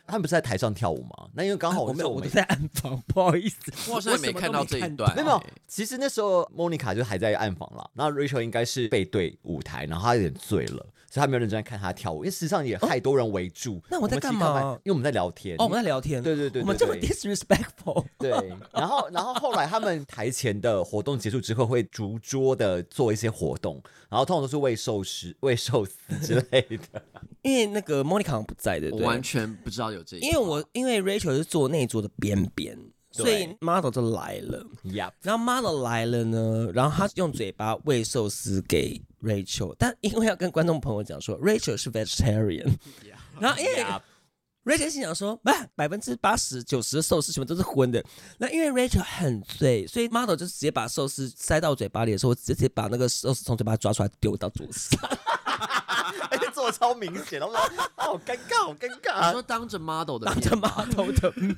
Speaker 2: 他们不是在台上跳舞吗？那因为刚好
Speaker 4: 啊我哦没
Speaker 2: 是
Speaker 4: 有，
Speaker 2: 我
Speaker 4: 我
Speaker 2: 们
Speaker 4: 都在暗房， 不好意思，
Speaker 1: 我好像也
Speaker 4: 什
Speaker 1: 没
Speaker 4: 么
Speaker 1: 看
Speaker 4: 都
Speaker 1: 到这一
Speaker 4: 看
Speaker 1: 段，
Speaker 2: 没有没有，其实那时候 Monica 就还在暗访啦，然后 Rachel 应该是背对舞台，然后她有点醉了，所以她没有认真在看她跳舞，因为实际上也太多人围住。
Speaker 4: 哦那我在
Speaker 2: 们其实
Speaker 4: 干嘛
Speaker 2: 看完因为我们在聊天。
Speaker 4: 哦，我们在聊天，
Speaker 2: 对对对对
Speaker 4: 我们这么
Speaker 2: 对
Speaker 4: disrespectful，
Speaker 2: 对，然后然后后来他们台前的活动结束之后，会逐桌的做一些活动，然后通常都是喂寿司、喂寿司之类的。
Speaker 4: 因为那个 Monica 好像不在，对不
Speaker 1: 我
Speaker 4: 对？
Speaker 1: 完全不知道有这一段，
Speaker 4: 因为我因为 Rachel 是坐那一桌的边边，所以 model 就来了。
Speaker 2: yep，
Speaker 4: 然后 model 来了呢，然后他用嘴巴喂寿司给 Rachel，但因为要跟观众朋友讲说 Rachel 是 vegetarian，然后
Speaker 2: 哎
Speaker 4: 因为 Rachel 心想说，不，百分之八十九十的寿司全部都是荤的。那因为 Rachel 很醉，所以 model 就直接把寿司塞到嘴巴里的时候，直接把那个寿司从嘴巴抓出来丢到桌上。
Speaker 2: 而且哎做的超明显，然后我说啊好尴尬，好尴
Speaker 1: 你
Speaker 2: 尬，
Speaker 1: 说当着 model 的
Speaker 4: 当
Speaker 1: 面
Speaker 4: 着 model 的面，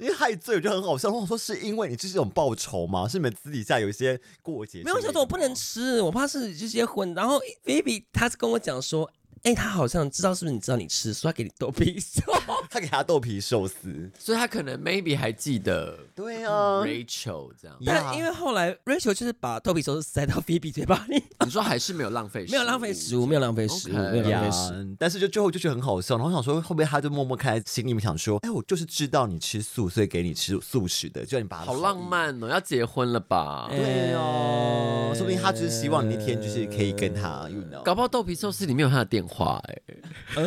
Speaker 2: 因为太醉我觉得很好笑。我想说是因为你这是一种报仇吗？是你们私底下有一些过节之类
Speaker 4: 没
Speaker 2: 的吗？
Speaker 4: 有想说我不 能吃，我怕是这些荤。然后 baby 他是跟我讲说，哎、他好像知道是不是你知道你吃，所以他给你逗比寿。
Speaker 2: 他给他豆皮寿司。
Speaker 1: 所以他可能 maybe 还记得
Speaker 2: 对
Speaker 4: 呃
Speaker 2: 啊
Speaker 1: Rachel 这样。
Speaker 4: 但因为后来 Rachel 就是把豆皮寿司塞到 Phoebe 嘴巴里，
Speaker 1: 你说还是没有浪费，
Speaker 4: 没有浪费食物，没有浪费食物，没有浪费食物。
Speaker 2: 呀，啊但是就最后就觉得很好笑，然后想说会不会他就默默看在心里面想说，哎，我就是知道你吃素，所以给你吃素食的，就让你把它
Speaker 1: 好浪
Speaker 2: 意。
Speaker 1: 漫哦！要结婚了吧？
Speaker 4: 哎
Speaker 2: 对哦，说不定他就是希望你那天就是可以跟他，you know。
Speaker 1: 搞不好豆皮寿司里面有他的电话
Speaker 4: 嗯
Speaker 1: 哎。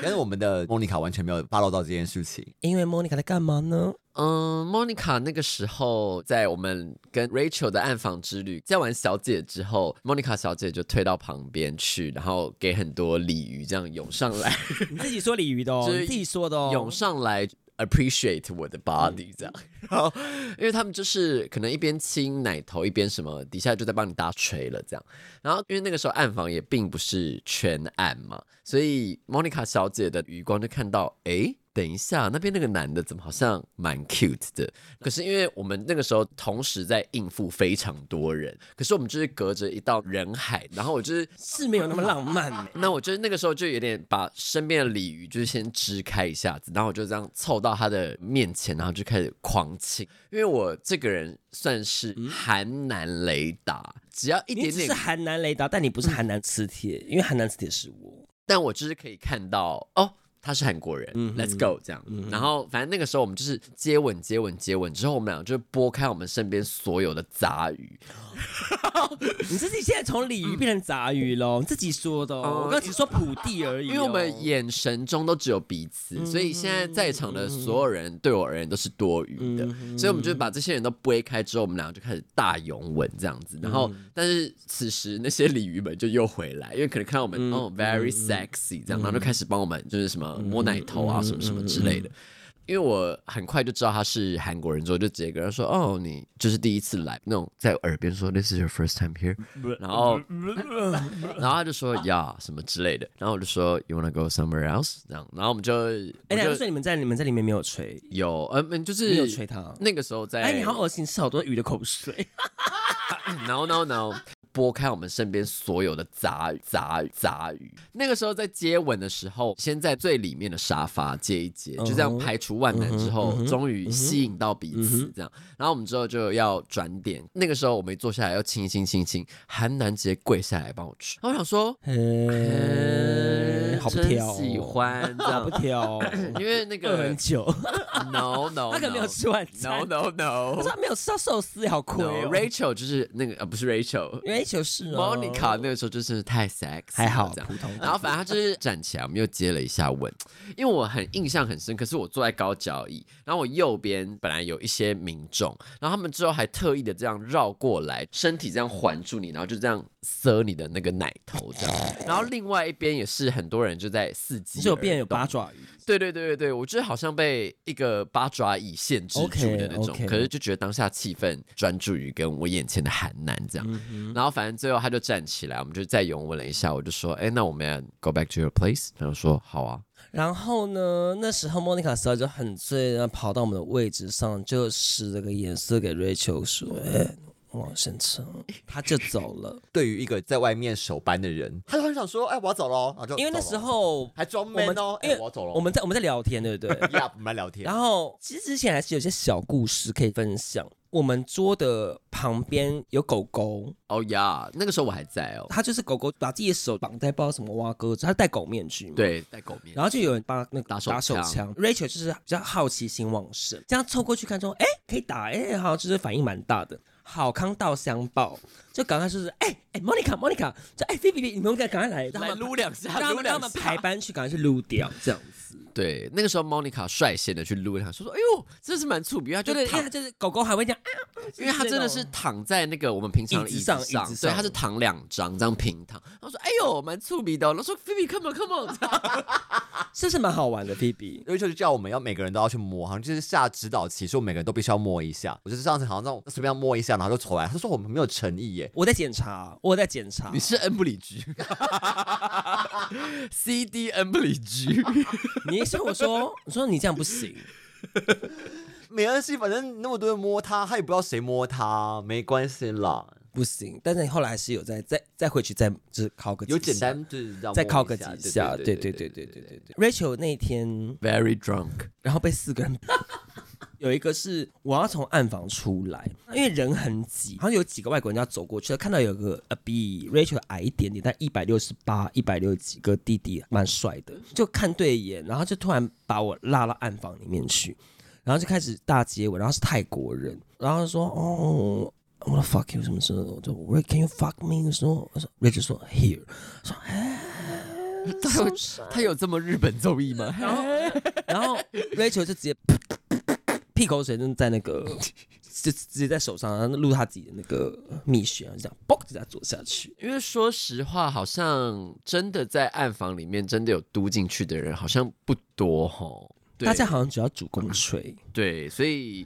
Speaker 2: 但是我们的莫妮卡完全没有发漏到这件事情，
Speaker 4: 因为 Monica 在干嘛呢？
Speaker 1: 嗯，Monica 那个时候在我们跟 Rachel 的暗访之旅，叫完小姐之后，Monica 小姐就推到旁边去，然后给很多鲤鱼这样涌上来，
Speaker 4: 你自己说鲤鱼的哦
Speaker 1: 就是
Speaker 4: 说的哦嗯
Speaker 1: 涌上来 appreciate 我的 body 这样。 然后，因为他们就是可能一边亲奶头一边什么，底下就在帮你搭锤了这样。然后，因为那个时候暗房也并不是全暗嘛，所以 Monica 小姐的余光就看到，诶，等一下，那边那个男的怎么好像蛮 cute 的？可是因为我们那个时候同时在应付非常多人，可是我们就是隔着一道人海，然后我就是
Speaker 4: 是没有那么浪 漫、
Speaker 1: 那我就是那个时候就有点把身边的鲤鱼就是先支开一下子，然后我就这样凑到他的面前，然后就开始狂亲，因为我这个人算是韩男雷达，只要一
Speaker 4: 嗯你
Speaker 1: 点
Speaker 4: 只
Speaker 1: 点
Speaker 4: 是，韩南雷达，但你不是韩南磁铁，因为韩南磁铁是我。
Speaker 1: 但我就是可以看到哦。他是韩国人、l
Speaker 4: 嗯
Speaker 1: e t s go 这样。然后反正那个时候我们就是接吻、接吻、接吻之后，我们俩就拨开我们身边所有的杂鱼。
Speaker 4: 你自己现在从鲤鱼变成杂鱼喽，你自己说的、哦。我刚刚只说普地而已哦、嗯
Speaker 1: 因为我们眼神中都只有彼此，所以现在在场的所有人对我而言都是多余的，
Speaker 4: 嗯
Speaker 1: 所以我们就把这些人都掰开之后，我们俩就开始大拥吻这样子。然后，
Speaker 4: 嗯
Speaker 1: 但是此时那些鲤鱼们就又回来，因为可能看到我们、哦
Speaker 4: 嗯
Speaker 1: very sexy 这样，然后就开始帮我们就是什么摸奶头
Speaker 4: 嗯
Speaker 1: 啊，什么什么之类的。因为我很快就知道他是韩国人之后，就直接跟他说：“哦，你就是第一次来，那种在耳边说 ‘This is your first time here’，然后，然后他就说 ‘Yeah’ 什么之类的，然后我就说 ‘You wanna go somewhere else’ 这样，然后我们就，
Speaker 4: 哎，两
Speaker 1: 我
Speaker 4: 个
Speaker 1: 就
Speaker 4: 岁你们在你们在里面没有吹，哎
Speaker 1: 有，嗯嗯，就
Speaker 4: 没有
Speaker 1: 是
Speaker 4: 吹他
Speaker 1: 那个时候在，
Speaker 4: 哎，你好恶心，吃好多鱼的口水。
Speaker 1: no no no。拨开我们身边所有的杂杂杂鱼。那个时候在接吻的时候，先在最里面的沙发接一接，就这样排除万难之后，终于吸引到彼此这样。然后我们之后就要转点，那个时候我们一坐下来要亲一亲亲一亲，韩南直接跪下来帮我吃。然后我想说，
Speaker 4: 嘿
Speaker 1: 嗯，
Speaker 4: 好不挑、哦，
Speaker 1: 真喜，欢这
Speaker 4: 好不
Speaker 1: 样。，
Speaker 4: 挑、哦
Speaker 1: 因为那 个
Speaker 4: 饿很久，
Speaker 1: no no，
Speaker 4: 他可能没
Speaker 1: Oh
Speaker 4: 有
Speaker 1: no
Speaker 4: 吃晚
Speaker 1: No
Speaker 4: 餐
Speaker 1: no
Speaker 4: 可
Speaker 1: no
Speaker 4: 是他没有吃到寿司，好亏哦。
Speaker 1: no。Rachel 就是那个呃，不是 Rachel。
Speaker 4: Rachel 是哦
Speaker 1: Monica 那个时候就是太 sex，
Speaker 4: 还好
Speaker 1: 这样
Speaker 4: 普通
Speaker 1: 然后反正她就是站起来，我们又接了一下吻，因为我很印象很深。可是我坐在高脚椅，然后我右边本来有一些民众，然后他们之后还特意的这样绕过来，身体这样环住你，然后就这样塞你的那个奶头这样。然后另外一边也是很多人就在伺机
Speaker 4: 只
Speaker 1: 而动，
Speaker 4: 是有变有八爪鱼，
Speaker 1: 对对对对对，我觉得好像被一个八爪椅限制住的那种
Speaker 4: OK，OK
Speaker 1: 可是就觉得当下气氛专注于跟我眼前的韩男这
Speaker 4: 嗯
Speaker 1: 样，然后反正最后他就站起来，我们就再拥吻了一下，我就说，哎，那我们要 go back to your place，他就说好啊，
Speaker 4: 然后呢，那时候 Monica 实在就很醉，然后跑到我们的位置上，就使了个眼色给 Rachel 说：“
Speaker 1: 嗯
Speaker 4: 哎、我往生吃。”他就走了，
Speaker 2: 对于一个在外面守班的人，他就很想说，哎，我要走喽，然后就
Speaker 4: 因为那
Speaker 2: 走
Speaker 4: 时
Speaker 2: 了
Speaker 4: 候
Speaker 2: 还装
Speaker 4: 我
Speaker 2: man
Speaker 4: 们
Speaker 2: 哦，
Speaker 4: 因
Speaker 2: 哎、
Speaker 4: 为
Speaker 2: 我要走喽，
Speaker 4: 我们在我们在聊天，对不 对？
Speaker 2: 呀，我们来聊天，
Speaker 4: 然后其实之前还是有些小故事可以分享。我们桌的旁边有狗狗，
Speaker 1: 哦呀，那个时候我还在哦，
Speaker 4: 它就是狗狗把自己的手绑在不知道什么蛙哥，它戴狗面具嘛。
Speaker 1: 对，戴狗面，
Speaker 4: 然后就有人帮他那个
Speaker 1: 打手
Speaker 4: 手枪，Rachel 就是比较好奇心旺盛，这样凑过去看说，哎，可以打，哎，好，就是反应蛮大的。好康道相报，就赶快就是，哎哎，Monica，Monica，就哎菲菲菲，你们赶赶快来，让
Speaker 1: 来
Speaker 4: 他们
Speaker 1: 撸两下，
Speaker 4: 让他
Speaker 1: 撸
Speaker 4: 们让他
Speaker 1: 两
Speaker 4: 们
Speaker 1: 下
Speaker 4: 排。班去，赶快去撸掉，这样子。
Speaker 1: 对，那个时候 Monica 率先的去撸两下，说说，哎呦，真是蛮触鼻，他就
Speaker 4: 对对，因
Speaker 1: 躺
Speaker 4: 为它就是狗狗还会这样，啊
Speaker 1: 因为他真的是躺在那个我们平常的
Speaker 4: 椅
Speaker 1: 子
Speaker 4: 子上椅子上
Speaker 1: 对，他是躺两张这样平躺。然后说：“哎呦，蛮粗鄙的哦。”然后说：“Baby, come on, come on。
Speaker 4: 啊是不是蛮好玩的？菲比，
Speaker 2: 因为就是叫我们要每个人都要去摸，好像就是下指导棋，说每个人都必须要摸一下。我就是上次好像那种随便摸一下，然后就出来，他说我们没有诚意耶。
Speaker 4: 我在检查，我在检查”
Speaker 1: 你，是恩不里 居，CD 恩不里居。
Speaker 4: 你是我说，我说你这样不行，
Speaker 2: 没关系，反正那么多人摸他，他也不知道谁摸他，没关系啦。
Speaker 4: 不行。但是你后来还是有再再再回去再就是考个
Speaker 2: 有
Speaker 4: 几
Speaker 2: 简
Speaker 4: 下
Speaker 2: 单就是这样
Speaker 4: 再
Speaker 2: 摸
Speaker 4: 靠
Speaker 2: 一
Speaker 4: 个
Speaker 2: 下
Speaker 4: 几下，对对对对对对对。Rachel 那天，
Speaker 1: Very drunk，
Speaker 4: 然后被四个人，有一个是我要从暗房出来，因为人很挤，然后有几个外国人要走过去，看到有个呃比 Rachel 矮一点点，但一百六十八、一百六几个弟弟，蛮帅的，就看对眼，然后就突然把我拉到暗房里面去，然后就开始大接吻，然后是泰国人，然后说哦。I wanna fuck you 什么什么，我就 Where can you fuck me？我说，我说，Rachel 说 Here，
Speaker 1: 他有他有这么日本综艺吗？
Speaker 4: 然后然后 Rachel 就直接屁口水，就在 那个就直接在手上，然后录他自己的那个蜜穴，然后这样嘣就这样做下去。
Speaker 1: 因为说实话，好像真的在暗房里面真的有嘟进去的人好像不多吼。对
Speaker 4: 大家好像只要主攻吹，
Speaker 1: 对，所以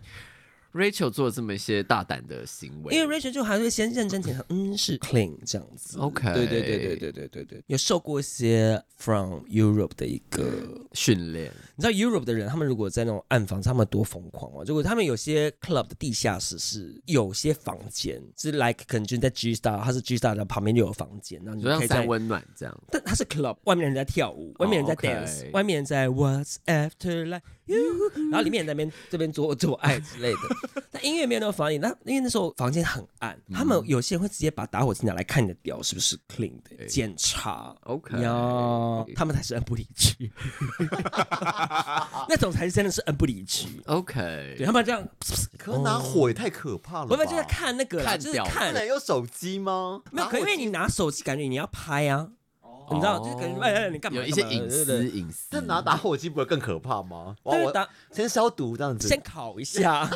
Speaker 1: Rachel 做了这么一些大胆的行为，
Speaker 4: 因为 Rachel 就还会先认真检查，嗯，是 clean 这样子。
Speaker 1: OK
Speaker 4: 对对对对对对对对，有受过一些 from Europe 的一个
Speaker 1: 训练
Speaker 4: 你知道 Europe 的人，他们如果在那种暗房，他们多疯狂哦！结果他们有些 club 的地下室是有些房间，是 like 可能就在 G Star，它是 G Star 的旁边就有房间，然后你
Speaker 1: 就像
Speaker 4: 可以在
Speaker 1: 三温暖这样。
Speaker 4: 但它是 club，外面人在跳舞，外面人在
Speaker 1: OK
Speaker 4: dance，、外面人在 What's after like you，然后里面人在那边这边做做爱之类的。那音乐没有那么反应，那因为那时候房间很暗，他们有些人会直接把打火机拿来看你的屌是不是 clean 的，检查。
Speaker 1: OK
Speaker 4: 呀，他们才是恩不离去，那种才是真的是恩不离去。
Speaker 1: OK，
Speaker 4: 对他们这样，
Speaker 2: 可拿火也太可怕了吧，
Speaker 4: 我们哦就是看那个啦，
Speaker 1: 看
Speaker 4: 就是
Speaker 1: 屌
Speaker 2: 不
Speaker 4: 看
Speaker 2: 能用手机吗？
Speaker 4: 没有，可因为你拿手机，感觉你要拍啊，你知道，就是感觉哎哎，你干嘛？
Speaker 1: 有一些
Speaker 4: 干嘛
Speaker 1: 隐
Speaker 4: 对对
Speaker 1: 私
Speaker 4: 对
Speaker 1: 隐私。
Speaker 2: 那拿打火机不会更可怕吗？哇，
Speaker 4: 对
Speaker 2: 我
Speaker 4: 打
Speaker 2: 先消毒这样子，
Speaker 4: 先烤一下，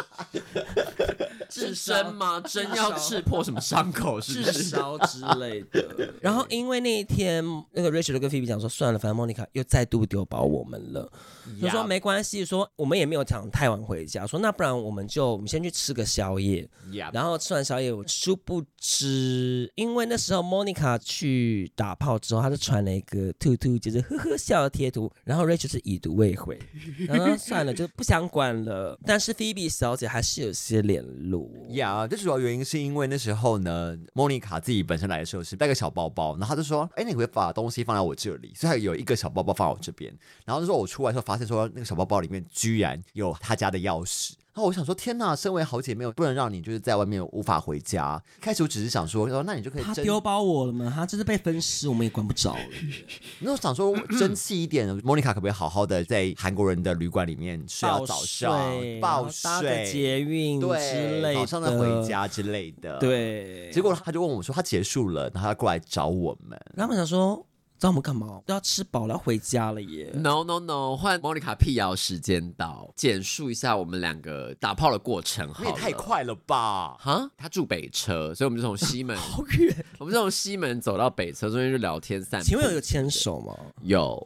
Speaker 1: 是针吗？针要
Speaker 4: 烧
Speaker 1: 刺破什么伤 口？是不
Speaker 4: 炙
Speaker 1: 是？
Speaker 4: 烧之类的。然后因为那一天，呃那个 Rachel 就跟 Phoebe 讲说，算了，反正 Monica 又再度丢包我们了，就说没关系，说我们也没有想太晚回家，说那不然我们就我们先去吃个宵夜。
Speaker 1: 呀
Speaker 4: 然后吃完宵夜，我殊不知，因为那时候 Monica 去打炮之后，她就传了一个兔兔就是呵呵笑的贴图，然后 Rachel 是已读未 回，然后算了就不想管了。但是 Phoebe 小姐还是有些联络，
Speaker 2: 呀，这主要原因是因为那时候呢，莫妮卡自己本身来的时候是带个小包包，然后她就说：“哎、你会把东西放在我这里。”所以她有一个小包包放在我这边。然后那时候我出来的时候，发现说那个小包包里面居然有她家的钥匙。然后我想说：“天呐，身为好姐妹，我不能让你就是在外面无法回家。”开始我只是想说：“哦，那你就可以
Speaker 4: 她
Speaker 2: 珍
Speaker 4: 丢包我了吗？她真是被分尸，我们也管不着 了。
Speaker 2: 那我想 说争气一点，莫妮卡可不可以好好的在韩国人的旅馆里面睡到早上，
Speaker 4: 报
Speaker 2: 报
Speaker 4: 税然后搭个
Speaker 2: 睡，
Speaker 4: 捷运之
Speaker 2: 对，
Speaker 4: 类的，
Speaker 2: 早上再回。家之类的。，
Speaker 4: 对，
Speaker 2: 结果他就问我说他结束了，然后他过来找我们。
Speaker 4: 然后我想说，找我们干嘛？都要吃饱了，要回家了耶。
Speaker 2: 嗯
Speaker 1: No no no，换莫妮卡辟谣时间到，简述一下我们两个打炮的过程好
Speaker 2: 你也
Speaker 1: 了。
Speaker 2: 太快了吧！
Speaker 1: 哈，他住北车，所以我们就从西 门好远，我们就从西门走到北车，中间就聊天散步。
Speaker 4: 请问有牵手吗？
Speaker 1: 有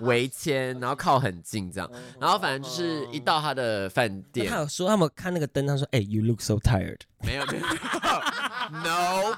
Speaker 1: 围牵，然后靠很近这样，然后反正就是一到他的饭
Speaker 4: 哦那
Speaker 1: 店
Speaker 4: 他，有说他们看那个灯，他说：“哎、y o u look so tired。
Speaker 1: 没有没有，no。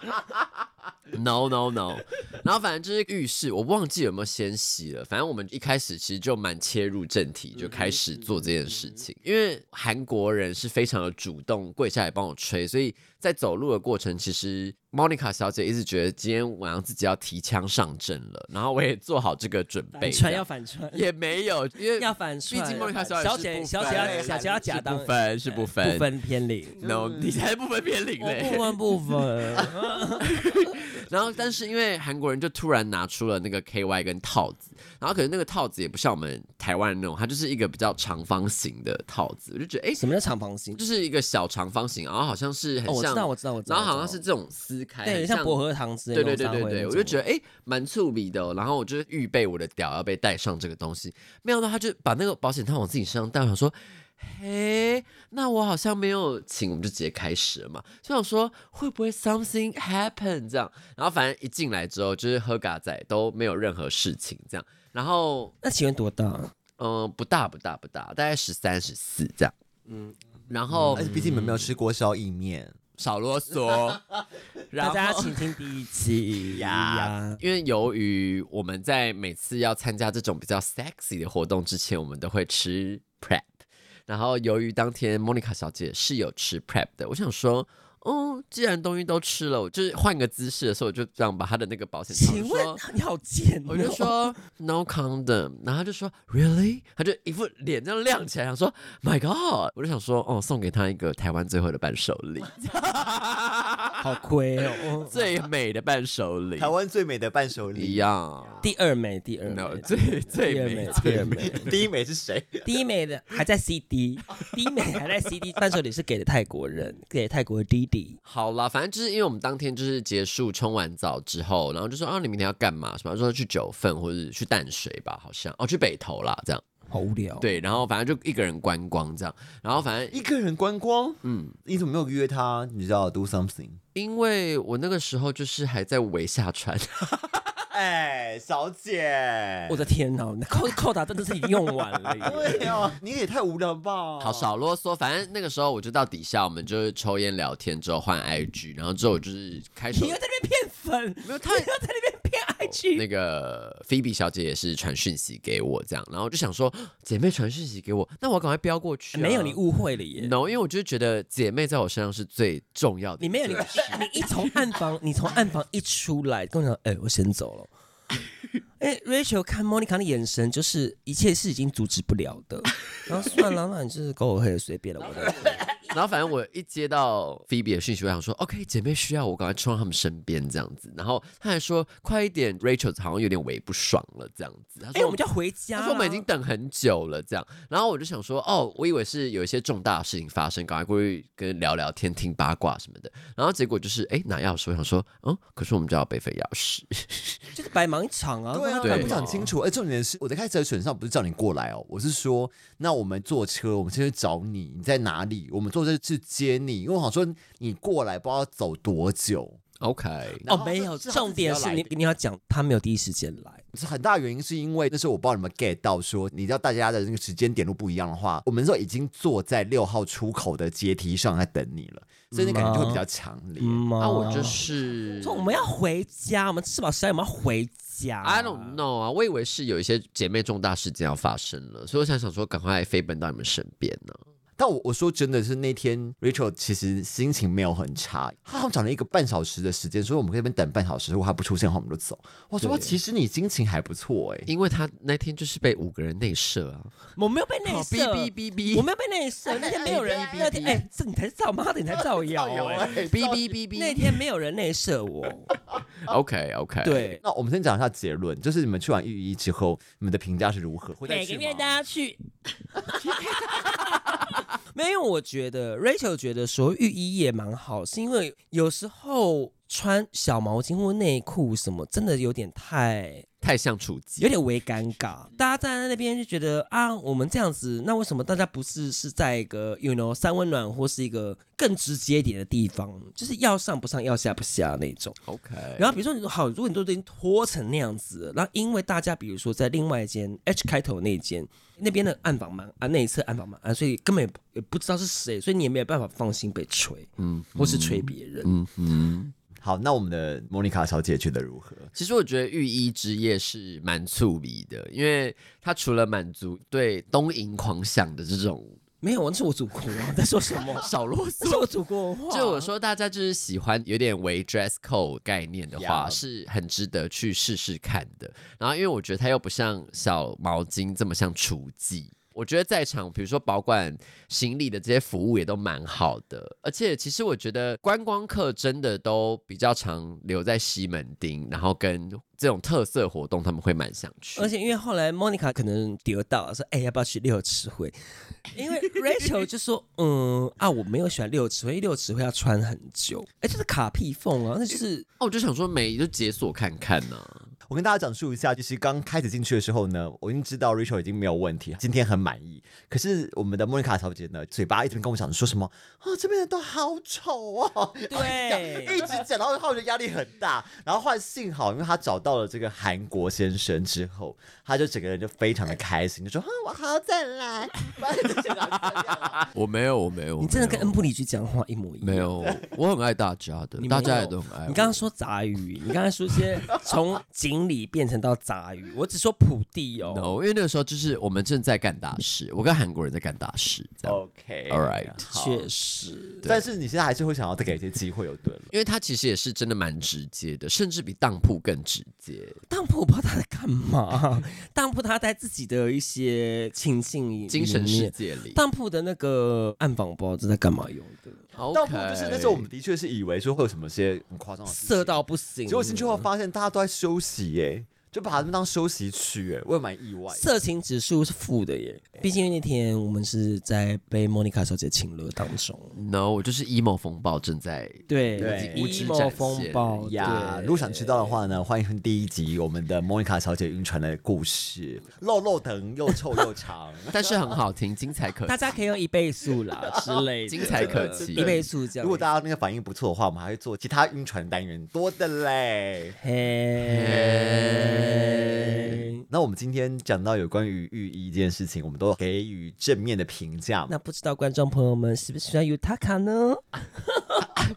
Speaker 1: No no no，然后反正就是浴室，我忘记有没有先洗了。反正我们一开始其实就蛮切入正题，就开始做这件事情。因为韩国人是非常的主动，跪下来帮我吹，所以在走路的过程，其实 Monica 小姐一直觉得今天晚上自己要提枪上阵了，然后我也做好这个准”备。
Speaker 4: 反穿要反穿，
Speaker 1: 也没有，因为
Speaker 4: 要反
Speaker 1: 毕
Speaker 4: 串。
Speaker 1: 竟莫妮卡小
Speaker 4: 小
Speaker 1: 姐是
Speaker 4: 姐，
Speaker 1: 不
Speaker 4: 小
Speaker 1: 分
Speaker 4: 姐要小姐要假当
Speaker 1: 是不分是不分
Speaker 4: 不分 偏零。
Speaker 1: no，你才不分偏零
Speaker 4: 嗯我
Speaker 1: 嘞。
Speaker 4: 不分不分，
Speaker 1: 然后，但是因为韩国人就突然拿出了那个 K Y 跟套子，然后可能那个套子也不像我们台湾那种，它就是一个比较长方形的套子，我就觉得哎、诶
Speaker 4: 什么叫长方形？
Speaker 1: 就是一个小长方形，然后好像是很
Speaker 4: 哦，我
Speaker 1: 像，
Speaker 4: 知道，我知道，我知道。
Speaker 1: 然后好像
Speaker 4: 我知
Speaker 1: 是
Speaker 4: 道
Speaker 1: 这种撕开，
Speaker 4: 对，
Speaker 1: 很
Speaker 4: 像薄荷糖之类
Speaker 1: 对
Speaker 4: 的。
Speaker 1: 对对对对，我就觉
Speaker 4: 得
Speaker 1: 得哎，蛮触鼻的哦、然后我就预备我的屌要被带上这个东西，没想到他就把那个保险套往自己身上带，我想说，嘿，那我好像没有请，我们就直接开始了嘛。就想说会不会 something happen 这样，然后反正一进来之后就是喝嘎仔都没有任何事情这样，然后
Speaker 4: 那请问多大？
Speaker 1: 嗯、呃不大不大不大，大概十三十四这样，嗯，然后
Speaker 2: 而
Speaker 4: 哎
Speaker 2: 且毕竟你们没有吃锅烧意面
Speaker 1: 少啰嗦，然
Speaker 4: 大
Speaker 1: 后
Speaker 4: 家请听第一集 呀。
Speaker 1: 因为由于我们在每次要参加这种比较 sexy 的活动之前，我们都会吃 prep。然后由于当天 Monica 小姐是有吃 prep 的，我想说，哦，既然东西都吃了，我就是换个姿势的时候，我就这样把她的那个保险套
Speaker 4: 请
Speaker 1: 我说
Speaker 4: 问你好贱哦！
Speaker 1: 我就说 no condom，然后他就说 really，他就一副脸这样亮起来，想说 my god，我就想说哦，送给他一个台湾最后的伴手礼，
Speaker 4: 好亏 哦。
Speaker 1: 最美的伴手礼，
Speaker 2: 台湾最美的伴手
Speaker 1: 一
Speaker 2: 礼。
Speaker 1: 样。
Speaker 4: 第二美，第二
Speaker 1: no，
Speaker 4: 美，
Speaker 1: 最最
Speaker 4: 第二
Speaker 1: 美
Speaker 4: 美，第二美，
Speaker 2: 第一美是谁？
Speaker 4: 第一美 的还在 CD，第一美还在 CD，伴手礼是给的泰国人，给泰国的弟弟。
Speaker 1: 好啦，反正就是因为我们当天就是结束冲完澡之后，然后就说啊，你明天要干嘛？什么？说去九份或者去淡水吧，好像哦，去北投啦，这样
Speaker 4: 好无聊。，
Speaker 1: 对。然后反正就一个人观光这样，然后反正
Speaker 2: 一个人观光？嗯，你怎么没有约他？你知道 do something？
Speaker 1: 因为我那个时候就是还在围下船，
Speaker 2: 哎，小姐
Speaker 4: 我的天哪，你的扣扣打真的是已经用完 了耶。
Speaker 2: 对哦，你也太无聊了
Speaker 4: 哦
Speaker 2: 吧？
Speaker 1: 好少啰嗦。反正那个时候我就到底下，我们就是抽烟聊天之后换 IG，然后之后我就是开始
Speaker 4: 你又在那边骗粉，没有他，又在那边骗
Speaker 1: 哦
Speaker 4: IG。
Speaker 1: 那个菲比小姐也是传讯息给我这样，然后我就想说姐妹传讯息给我，那我要赶快飙过去啊、
Speaker 4: 哎没有，你误会了耶。
Speaker 1: no，因为我就是觉得姐妹在我身上是最重要的。
Speaker 4: 你没有，你你你一从暗房，你从暗房一出来，跟我讲，哎、我先 走了。哎、r a c h e l 看 Monica 的眼神，就是一切是已经阻止不了 的。然后算了，那你就是狗我黑了，随便了，我的。
Speaker 1: 然后反正我一接到 Phoebe 的讯息，我想说 OK，姐妹需要我，赶快冲到他们身边这样子。然后他还说快一点，Rachel 好像有点微不爽了这样子。他
Speaker 4: 哎、
Speaker 1: 说
Speaker 4: 我们就要回家
Speaker 1: 他
Speaker 4: 啦。
Speaker 1: 说我们已经等很久了，这样，然后我就想说，哦，我以为是有一些重大的事情发生，赶快过去跟聊聊天、听八卦什么的。然后结果就是，哎，拿钥匙，我想说，嗯，可是我们就要备份钥匙，
Speaker 4: 就是白忙一场啊。
Speaker 2: 对啊，
Speaker 1: 对
Speaker 2: 我不讲清楚。而重点是，我在开车的选上不是叫你过来哦，我是说，那我们坐车，我们先去找你，你在哪里？我们坐车去接你，因为我想说你过来不知道要走多久。
Speaker 1: OK，
Speaker 4: 哦，没有，
Speaker 2: 是他
Speaker 4: 重点
Speaker 2: 自己
Speaker 4: 是
Speaker 2: 要来
Speaker 4: 你你要讲他没有第一时间来，
Speaker 2: 很大原因是因为那时候我不知道你们 get 到说，你知道大家的那个时间点都不一样的话，我们那时候已经坐在六号出口的阶梯上在等你了，所以那感觉就会比较强烈。
Speaker 4: 嗯
Speaker 1: 那、
Speaker 4: 啊
Speaker 1: 我就是
Speaker 4: 说我们要回家，我们吃饱吃完我们要回家。
Speaker 1: I don't know 啊，我以为是有一些姐妹重大事件要发生了，所以我想想说，赶快飞奔到你们身边呢、
Speaker 2: 但我我说真的是那天 Rachel 其实心情没有很差，她好像讲了一个半小时的时间，说我们可以在那边等半小时，如果她不出现的话我们就走。我说哇其实你心情还不错哎、
Speaker 1: 因为她那天就是被五个人内射啊，
Speaker 4: 我没有被内射，
Speaker 1: 好哔哔哔哔
Speaker 4: 我没有被内射，那天没有人
Speaker 1: 哎，哎
Speaker 4: 那天
Speaker 1: 哔哔
Speaker 4: 哎，这你才造妈的，你才造谣哎，
Speaker 1: 哔哔哔
Speaker 4: 那
Speaker 1: 哔
Speaker 4: 天没有人内射我，
Speaker 1: ，OK OK，，
Speaker 4: 对，
Speaker 2: 那我们先讲一下结论，就是你们去完浴衣之后，你们的评价是如何？会再
Speaker 4: 每
Speaker 2: 去
Speaker 4: 个
Speaker 2: 吗
Speaker 4: 月大家去。没有，因为我觉得 Rachel 觉得说浴衣也蛮好，是因为有时候穿小毛巾或内裤什么，真的有点太
Speaker 1: 太像处级，
Speaker 4: 有点微尴尬。大家站在那边就觉得啊，我们这样子，那为什么大家不是是在一个 you know 三温暖或是一个更直接一点的地方，就是要上不上，要下不下那种。
Speaker 1: OK，
Speaker 4: 然后比如说你说好，如果你都已经拖成那样子了，然后因为大家比如说在另外一间 H 开头那间那边的暗访蛮啊那一侧暗访蛮啊，所以根本也不也不知道是谁，所以你也没有办法放心被吹，嗯，或是吹别人。
Speaker 1: 嗯嗯，
Speaker 2: 好，那我们的莫妮卡小姐觉得如何？
Speaker 1: 其实我觉得御医之夜是蛮促迷的，因为它除了满足对东瀛狂想的这种
Speaker 4: 没有，那是我祖国啊，在说什 么？少啰嗦，是我祖国文化。啊
Speaker 1: 就我说，大家就是喜欢有点为 dress code 概念的话
Speaker 2: Yeah
Speaker 1: 是很值得去试试看的。然后，因为我觉得它又不像小毛巾这么像厨技。我觉得在场，比如说保管行李的这些服务也都蛮好的，而且其实我觉得观光客真的都比较常留在西门町，然后跟这种特色活动他们会蛮想去。
Speaker 4: 而且因为后来 Monica 可能得到说，哎、要不要去六尺会？因为 Rachel 就说， 嗯啊，我没有喜欢六尺会，因为六尺会要穿很久，哎、就是卡屁缝啊，那就是
Speaker 1: 哦，我就想说没就解锁看看呢、
Speaker 2: 我跟大家讲述一下，就是刚开始进去的时候呢，我已经知道 Rachel 已经没有问题，今天很满意。可是我们的莫妮卡小姐呢，嘴巴一直跟我讲说什么啊、这边的都好丑哦，一
Speaker 1: 哎
Speaker 4: 对。
Speaker 2: 直讲，然后后来压力很大。然后后来幸好，因为她找到了这个韩国先生之后，她就整个人就非常的开心，就说啊，我好 再来，把你的讲到这样啊
Speaker 1: 我没有，我没有，
Speaker 4: 你真的
Speaker 1: 我
Speaker 4: 跟
Speaker 1: 没
Speaker 4: 恩
Speaker 1: 有
Speaker 4: 布里去讲话一模一样。
Speaker 1: 没有，哎我很爱大家的
Speaker 4: 你，没
Speaker 1: 大
Speaker 4: 有
Speaker 1: 家也都很爱我。
Speaker 4: 你刚刚说杂鱼，你刚才说一些从锦鲤变成到杂 鱼，我只说普地哦。
Speaker 1: No，因为那个时候就是我们正在干大事，我跟韩国人在干大事，这
Speaker 2: 哦
Speaker 1: 样。
Speaker 2: OK。
Speaker 1: All right，
Speaker 4: 确实，
Speaker 2: 但是你现在还是会想要再给一些机会，有对了。
Speaker 1: 因为他其实也是真的蛮直接的，甚至比当铺更直接。
Speaker 4: 当铺我不知道他在干嘛，当铺他在自己的一些情境里面
Speaker 1: 精神世界里
Speaker 4: 当铺的那个暗访包这在干嘛用的？
Speaker 1: ，OK，
Speaker 2: 当铺就是那时候我们的确是以为说会有什么些很夸张的事情
Speaker 4: 色到不行，
Speaker 2: 哦结果进去后发现大家都在休息耶，就把他们当休息区耶，我也蛮意外。
Speaker 4: 色情指数是负的耶。毕竟那天我们是在被莫妮卡小姐请了当中，
Speaker 1: no，我就是 emo 风暴正在
Speaker 4: 对
Speaker 2: 对
Speaker 1: 无知
Speaker 4: emo
Speaker 1: 展现
Speaker 4: 风暴
Speaker 2: 呀，
Speaker 4: 对
Speaker 2: 如果想知道的话呢，欢迎听第一集我们的莫妮卡小姐晕船的故事，肉肉疼又臭又长。
Speaker 1: 但是很好听，精彩可
Speaker 4: 大家可以用一倍速啦之类的，
Speaker 1: 精彩可期
Speaker 4: 一倍速 这样。
Speaker 2: 如果大家那个反应不错的话，我们还会做其他晕船单元，多的嘞。
Speaker 4: 嘿，
Speaker 2: 那我们今天讲到有关于浴衣这件事情，我们都给予正面的评价。
Speaker 4: 那不知道观众朋友们喜不喜欢 Utaka 呢？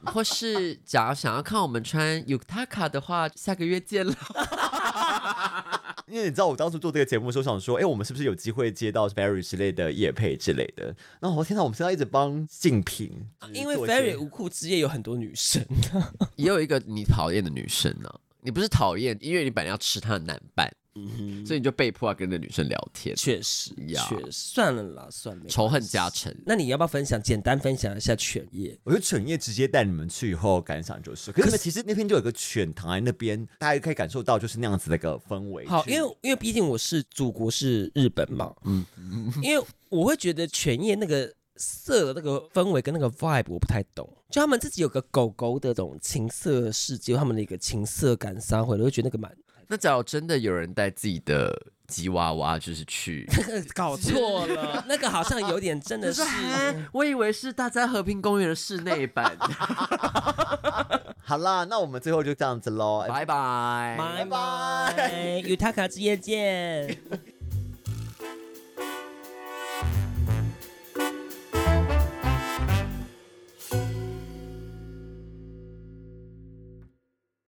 Speaker 1: 或是假如想要看我们穿 Yutaka 的话，下个月见了。
Speaker 2: 因为你知道我当初做这个节目的时候，想说，哎、我们是不是有机会接到 Ferry 之类的业配之类的？然后我天哪，我们现在一直帮竞品，
Speaker 4: 啊因为
Speaker 2: 就是做一些
Speaker 4: Ferry 无裤之夜有很多女生，
Speaker 1: 也有一个你讨厌的女生呢、你不是讨厌，因为你本来要吃她的男伴，
Speaker 2: 嗯
Speaker 1: 所以你就被迫要跟那女生聊天，
Speaker 4: 确实，
Speaker 1: 呀
Speaker 4: 确实算了啦，算了，
Speaker 1: 仇恨加成。
Speaker 4: 那你要不要分享？简单分享一下犬夜？
Speaker 2: 我觉得犬夜直接带你们去以后感想就是，可是你们其实那天就有个犬躺在那边，大家可以感受到就是那样子的一个氛围。
Speaker 4: 好，
Speaker 2: 去
Speaker 4: 因为因为毕竟我是祖国是日本嘛，嗯，因为我会觉得犬夜那个色的那个氛围跟那个 vibe 我不太懂，就他们自己有个狗狗的这种情色世界，他们的一个情色感杀回来，我会觉得那个 蛮
Speaker 1: 那假如真的有人带自己的吉娃娃，就是去，
Speaker 4: 搞错了， 那个好像有点真的是。
Speaker 1: 我以为是大家和平公园的室内版。
Speaker 2: 好啦，那我们哎最后就这样子喽，
Speaker 1: 拜拜，
Speaker 4: 拜拜，Utaka 之夜见。